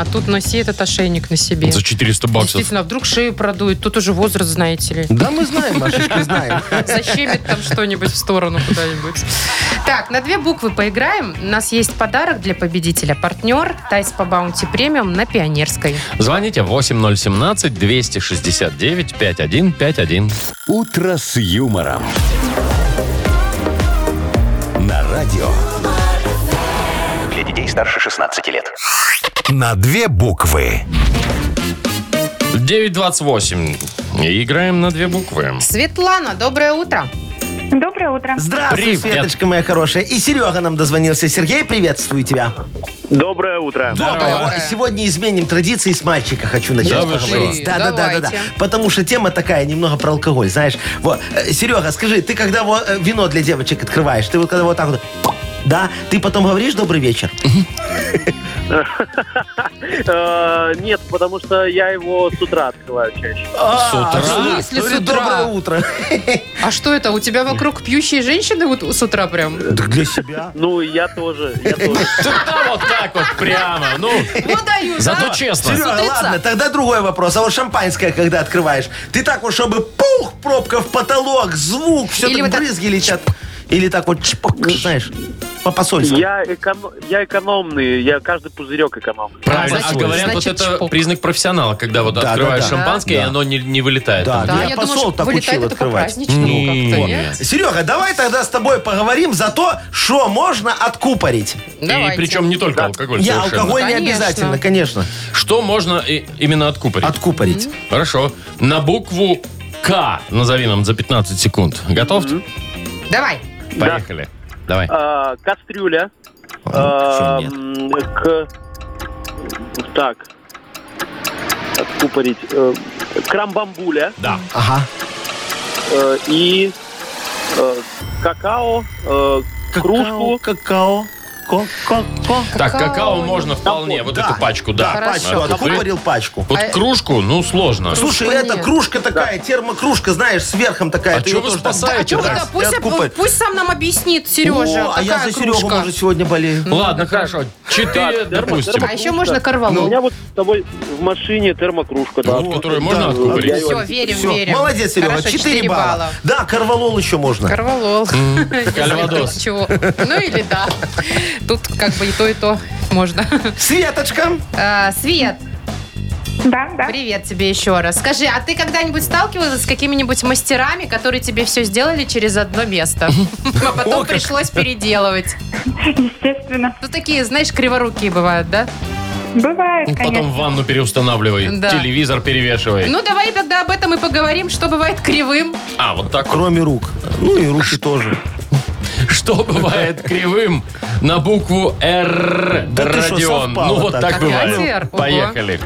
S3: А тут носи этот ошейник на себе.
S2: За 400 баксов.
S3: Действительно, а вдруг шею продует. Тут уже возраст, знаете ли.
S4: Да мы знаем, Машечка, знаем.
S3: Защемит там что-нибудь в сторону куда-нибудь. Так, на две буквы поиграем. У нас есть подарок для победителя. Партнер Тайс по Баунти Премиум на Пионерской.
S2: Звоните 8017-269-5151.
S1: «Утро с юмором». На радио.
S7: Для детей старше 16 лет.
S1: На две буквы.
S2: 928. И играем на две буквы.
S3: Светлана, доброе утро.
S5: Доброе утро.
S4: Здравствуй,
S2: Привет.
S4: Светочка моя хорошая. И Серега нам дозвонился. Сергей, приветствую тебя.
S8: Доброе утро.
S4: Доброе. Ой, Сегодня изменим традиции с мальчика хочу начать
S2: Да вы
S4: поговорить.
S3: что?
S4: Да, да, да, да, да.
S3: Давайте.
S4: Потому что тема такая немного про алкоголь, знаешь. Вот, э, Серега, скажи, ты когда вот э, вино для девочек открываешь, ты вот когда вот так вот, да, ты потом говоришь добрый вечер.
S8: Э, Нет, потому что я его с утра открываю чаще.
S4: С
S2: утра?
S3: В смысле с утра?
S4: Доброе утро.
S3: А что это? У тебя вокруг пьющие женщины вот с утра прям?
S4: Так для себя.
S8: Ну, и я тоже, я тоже.
S2: Да, вот так вот прямо. Ну,
S3: Ну, даю,
S2: зато
S3: да?
S2: честно.
S4: Серега,
S3: утреца.
S4: ладно, тогда другой вопрос. А вот шампанское, когда открываешь, ты так вот, чтобы пух, пробка в потолок, звук, все
S3: Или
S4: так
S3: вот так
S4: брызги летят. Или так вот чпок, знаешь, по-посольски.
S8: Я, эконом- я экономный, я каждый пузырек экономный.
S2: Правильно. А
S4: Значит,
S2: говорят, вот
S3: значит,
S2: это
S3: чпок.
S2: признак профессионала, когда вот
S4: Да, да,
S2: открываешь
S4: да.
S2: шампанское, и
S4: Да.
S2: оно не, не вылетает.
S4: Да,
S2: там.
S3: Да,
S4: Я
S3: я
S4: посол
S3: думаю, что
S4: так
S3: вылетает это
S4: учил
S3: по
S4: открывать.
S3: праздничному как-то, нет?
S4: Серега, давай тогда с тобой поговорим за то, что можно откупорить.
S2: И причем не только алкоголь
S4: Я
S2: совершенно.
S4: алкоголь не
S3: Конечно.
S4: обязательно, конечно.
S2: Что можно и- именно откупорить?
S4: Откупорить.
S2: Хорошо. На букву К назови нам за 15 секунд. Готов?
S3: Давай.
S2: Поехали. Давай.
S8: А, Кастрюля.
S4: А,
S8: а, м, К... Так. Откупорить. э, Крамбамбуля
S2: Да.
S4: Ага.
S8: э, и э, какао, э, кружку.
S4: Какао. Ко- ко- ко.
S2: Так,
S3: Какао.
S2: какао можно вполне. Вот
S4: да.
S2: эту пачку, да.
S3: Хорошо.
S4: Пачку. Откупорил пачку.
S2: Вот
S3: А-
S2: кружку, ну, сложно.
S4: Слушай,
S3: Кружку
S4: это
S3: нет.
S4: кружка такая, термокружка, знаешь, с верхом такая.
S2: А
S4: ты
S2: чё
S4: её
S2: вы
S4: тоже так-
S2: спасаете?
S3: А что
S2: так,
S3: тогда? Пусть,
S4: я купаю.
S3: пусть сам нам объяснит, Сережа,
S4: О, а
S3: какая
S4: я за Серегу,
S3: кружка.
S4: может, сегодня болею.
S2: Ладно, хорошо. Четыре,
S8: Так, термо-
S2: допустим.
S4: типа,
S8: термо-
S3: А еще можно корвалол.
S4: Ну,
S8: У меня вот с тобой в машине термокружка. да.
S2: Вот, которую можно
S8: я
S2: откупорить.
S8: её-
S3: Все, верим,
S4: Всё,
S3: верим.
S4: Молодец, Серега,
S3: Хорошо,
S4: 4,
S3: четыре
S4: балла. Да, корвалол еще можно.
S3: Корвалол. Если
S2: кальвадос.
S3: тут Чего? Ну или да. Тут как бы и то, и то можно.
S4: Светочка,
S3: А, Свет,
S5: Да, да.
S3: привет тебе еще раз. Скажи, а ты когда-нибудь сталкивалась с какими-нибудь мастерами, которые тебе все сделали через одно место? А
S4: О,
S3: потом
S4: как.
S3: пришлось переделывать.
S5: Естественно.
S3: Ну такие, знаешь, криворукие бывают, да?
S5: Бывает,
S2: Потом
S5: конечно.
S2: ванну переустанавливай,
S3: Да.
S2: телевизор
S4: Э.
S2: перевешивай.
S3: Ну давай тогда об этом и поговорим, что бывает кривым.
S2: А, вот так.
S4: кроме рук. Ну и руки тоже.
S2: Что бывает кривым на букву Р?
S4: Да ты что,
S2: Родион.
S4: совпало
S2: Ну, вот
S4: так.
S2: так
S3: Опять
S2: бывает.
S3: «Р», А ого.
S2: Поехали.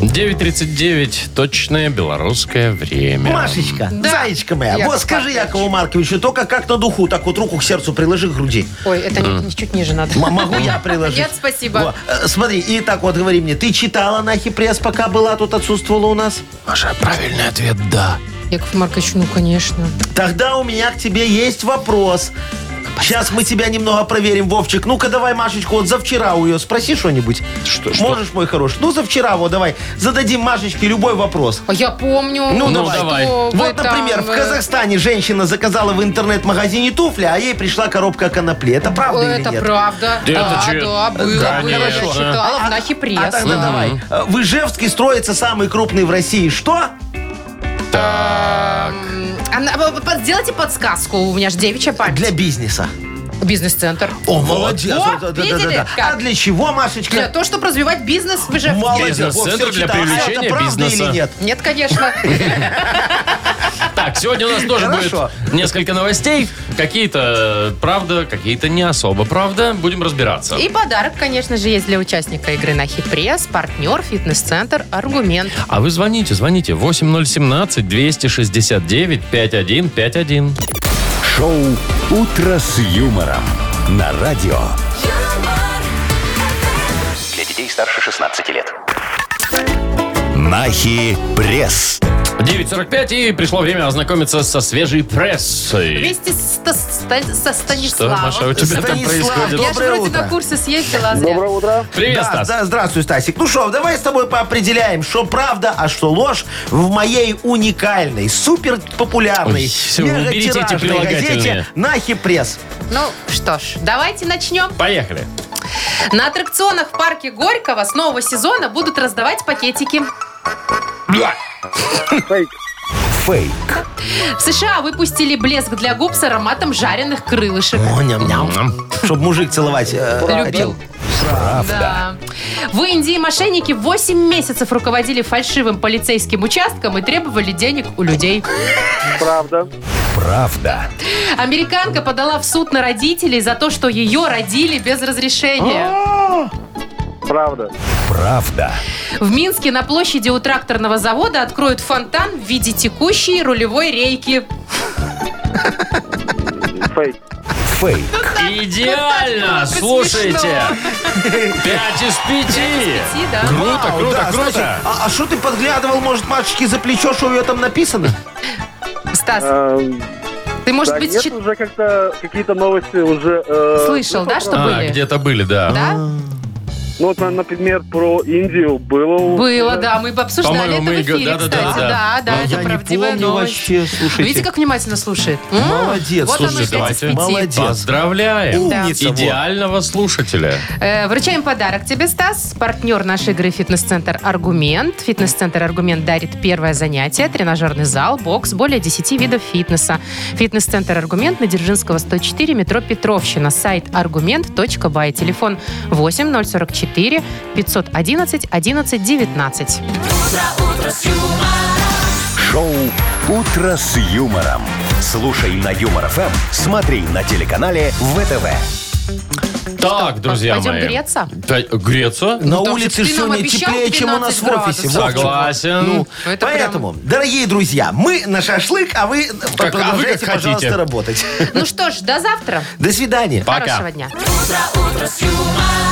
S2: 9.39. Точное белорусское время.
S4: Машечка,
S3: Да.
S4: зайчка моя,
S3: Яков
S4: вот скажи
S3: Маркович.
S4: Якову Марковичу, только как на духу, так вот руку к сердцу приложи к груди.
S3: Ой, это не- чуть ниже надо.
S4: М- Могу я приложить?
S3: Нет, спасибо.
S4: Во, э, Смотри, и так вот говори мне, ты читала нахи пресс, пока была тут, отсутствовала у нас?
S2: Маша, правильный ответ «да».
S3: Яков Маркович, ну, конечно.
S4: Тогда у меня к тебе есть вопрос. Сейчас мы тебя немного проверим, Вовчик. Ну-ка давай, Машечку, вот за вчера у ее спроси что-нибудь.
S2: Что, что?
S4: Можешь, мой хороший? Ну, за вчера вот давай. Зададим Машечке любой вопрос.
S3: А Я помню.
S4: Ну,
S3: что
S2: давай.
S3: вы
S4: Вот, например,
S3: там,
S4: в
S3: э,
S4: Казахстане женщина заказала в интернет-магазине туфли, а ей пришла коробка конопли. Это правда или
S3: Это
S4: нет?
S3: правда.
S2: Да
S3: да,
S2: это че-
S3: да, было, было. Я
S2: Конечно.
S3: читала
S4: А-
S3: в Нахи Пресс.
S4: А тогда давай. Э, В Ижевске строится самый крупный в России. Что?
S2: Так.
S3: М, а на- а, под- Сделайте подсказку, у меня же девичья память.
S4: Для бизнеса.
S3: Бизнес-центр.
S4: О, молодец.
S3: О,
S4: Да, да, да,
S3: видели,
S4: да, да.
S3: как?
S4: А для чего, Машечка?
S3: Для того, чтобы развивать бизнес, вы же...
S4: Молодец. Вот,
S2: Бизнес-центр
S4: всё
S2: для
S4: читала. А
S2: привлечения
S4: это правда
S2: бизнеса.
S4: или нет?
S3: Нет, конечно.
S2: Так, сегодня у нас тоже будет
S4: Хорошо.
S2: несколько новостей. Какие-то э, правда, какие-то не особо правда. Будем разбираться.
S3: И подарок, конечно же, есть для участника игры на Хипресс, партнер, фитнес-центр, аргумент.
S2: А вы звоните, звоните. 8017-269-5151.
S1: Шоу «Утро с юмором» на радио.
S7: Для детей старше 16 лет.
S1: Нахи пресс.
S2: 9.45, и пришло время ознакомиться со свежей прессой.
S3: Вместе с- с- с- со
S2: Что, Маша, у
S3: Станиславом.
S2: тебя там
S4: Станислав,
S2: происходит?
S3: Я же
S4: Доброе
S3: вроде
S4: утро.
S3: на курсы съездила, а зря.
S8: Доброе утро.
S2: Привет,
S4: Да,
S2: Стас.
S4: да, здравствуй, Стасик. Ну что, давай с тобой поопределяем, что правда, а что ложь в моей уникальной, супер
S2: Ой,
S4: популярной,
S2: всё, уберите эти прилагательные.
S4: газете «Нахи пресс».
S3: Ну что ж, давайте начнем.
S2: Поехали.
S3: На аттракционах в парке Горького с нового сезона будут раздавать пакетики.
S8: Фейк.
S1: Фейк.
S3: В США выпустили блеск для губ с ароматом жареных крылышек.
S4: О, ням-ням. Чтоб мужик целовать э, хотел.
S3: Любил. Да. В Индии мошенники 8 месяцев руководили фальшивым полицейским участком и требовали денег у людей.
S8: Правда.
S1: Правда.
S3: Американка подала в суд на родителей за то, что ее родили без разрешения.
S8: Правда.
S1: Правда.
S3: В Минске на площади у тракторного завода откроют фонтан в виде текущей рулевой рейки.
S8: Фейк.
S1: Фейк.
S2: Идеально!
S3: так
S2: Слушайте!
S3: смешно.
S2: Пять из пяти!
S3: пяти, да.
S2: Круто,
S4: Вау,
S2: круто,
S4: да, слушай,
S2: круто!
S4: а а что ты подглядывал, может, Машечке за плечо, что у нее там написано?
S3: Стас,
S8: Эм,
S3: ты, может
S8: да
S3: быть,
S8: нет, ну,
S3: чит-
S8: уже как-то какие-то новости уже... э,
S3: слышал, да, что
S2: А,
S3: были?
S2: где-то А, были, да.
S3: Да?
S8: Ну, вот, на- например, про Индию было... уже.
S3: Было, да, мы обсуждали это
S2: По-моему,
S3: в
S2: мы
S3: эфире,
S2: га- да-да-да,
S3: кстати.
S2: да.
S3: Да, да,
S2: А
S3: это
S4: Я не
S3: правдивая
S4: помню
S3: новость.
S4: вообще, слушайте.
S3: Видите, как внимательно слушает? М,
S4: Молодец,
S3: Вот оно
S2: слушай,
S3: 5 из
S2: давайте.
S3: 5.
S4: Молодец.
S2: Поздравляем!
S3: Да.
S4: Умница, вот.
S2: Идеального слушателя.
S3: Э, Вручаем подарок тебе, Стас. Партнер нашей игры «Фитнес-центр Аргумент». «Фитнес-центр Аргумент» дарит первое занятие, тренажерный зал, бокс, более 10 видов фитнеса. «Фитнес-центр Аргумент» на Дзержинского, 104, метро Петровщина. Сайт argument.by. Телефон 8044 511 11 19.
S1: Шоу «Утро с юмором». Слушай на Юмор ФМ, смотри на телеканале ВТВ.
S2: Так, друзья
S3: пойдем
S2: мои.
S3: греться?
S2: Да, греться?
S4: На
S3: Ну, там
S4: улице
S3: же ты нам
S4: все
S3: обещал
S4: теплее, чем у нас
S3: 13
S4: в офисе.
S3: градусов.
S4: Вовчик.
S2: Согласен.
S4: Ну,
S3: Ну, это
S4: поэтому, дорогие друзья, мы на шашлык, а вы
S2: Как- а вы как
S4: продолжайте,
S2: хотите.
S4: пожалуйста, работать.
S3: Ну что ж, до завтра.
S4: До свидания.
S2: Пока.
S3: Хорошего дня.
S6: утро с юмором.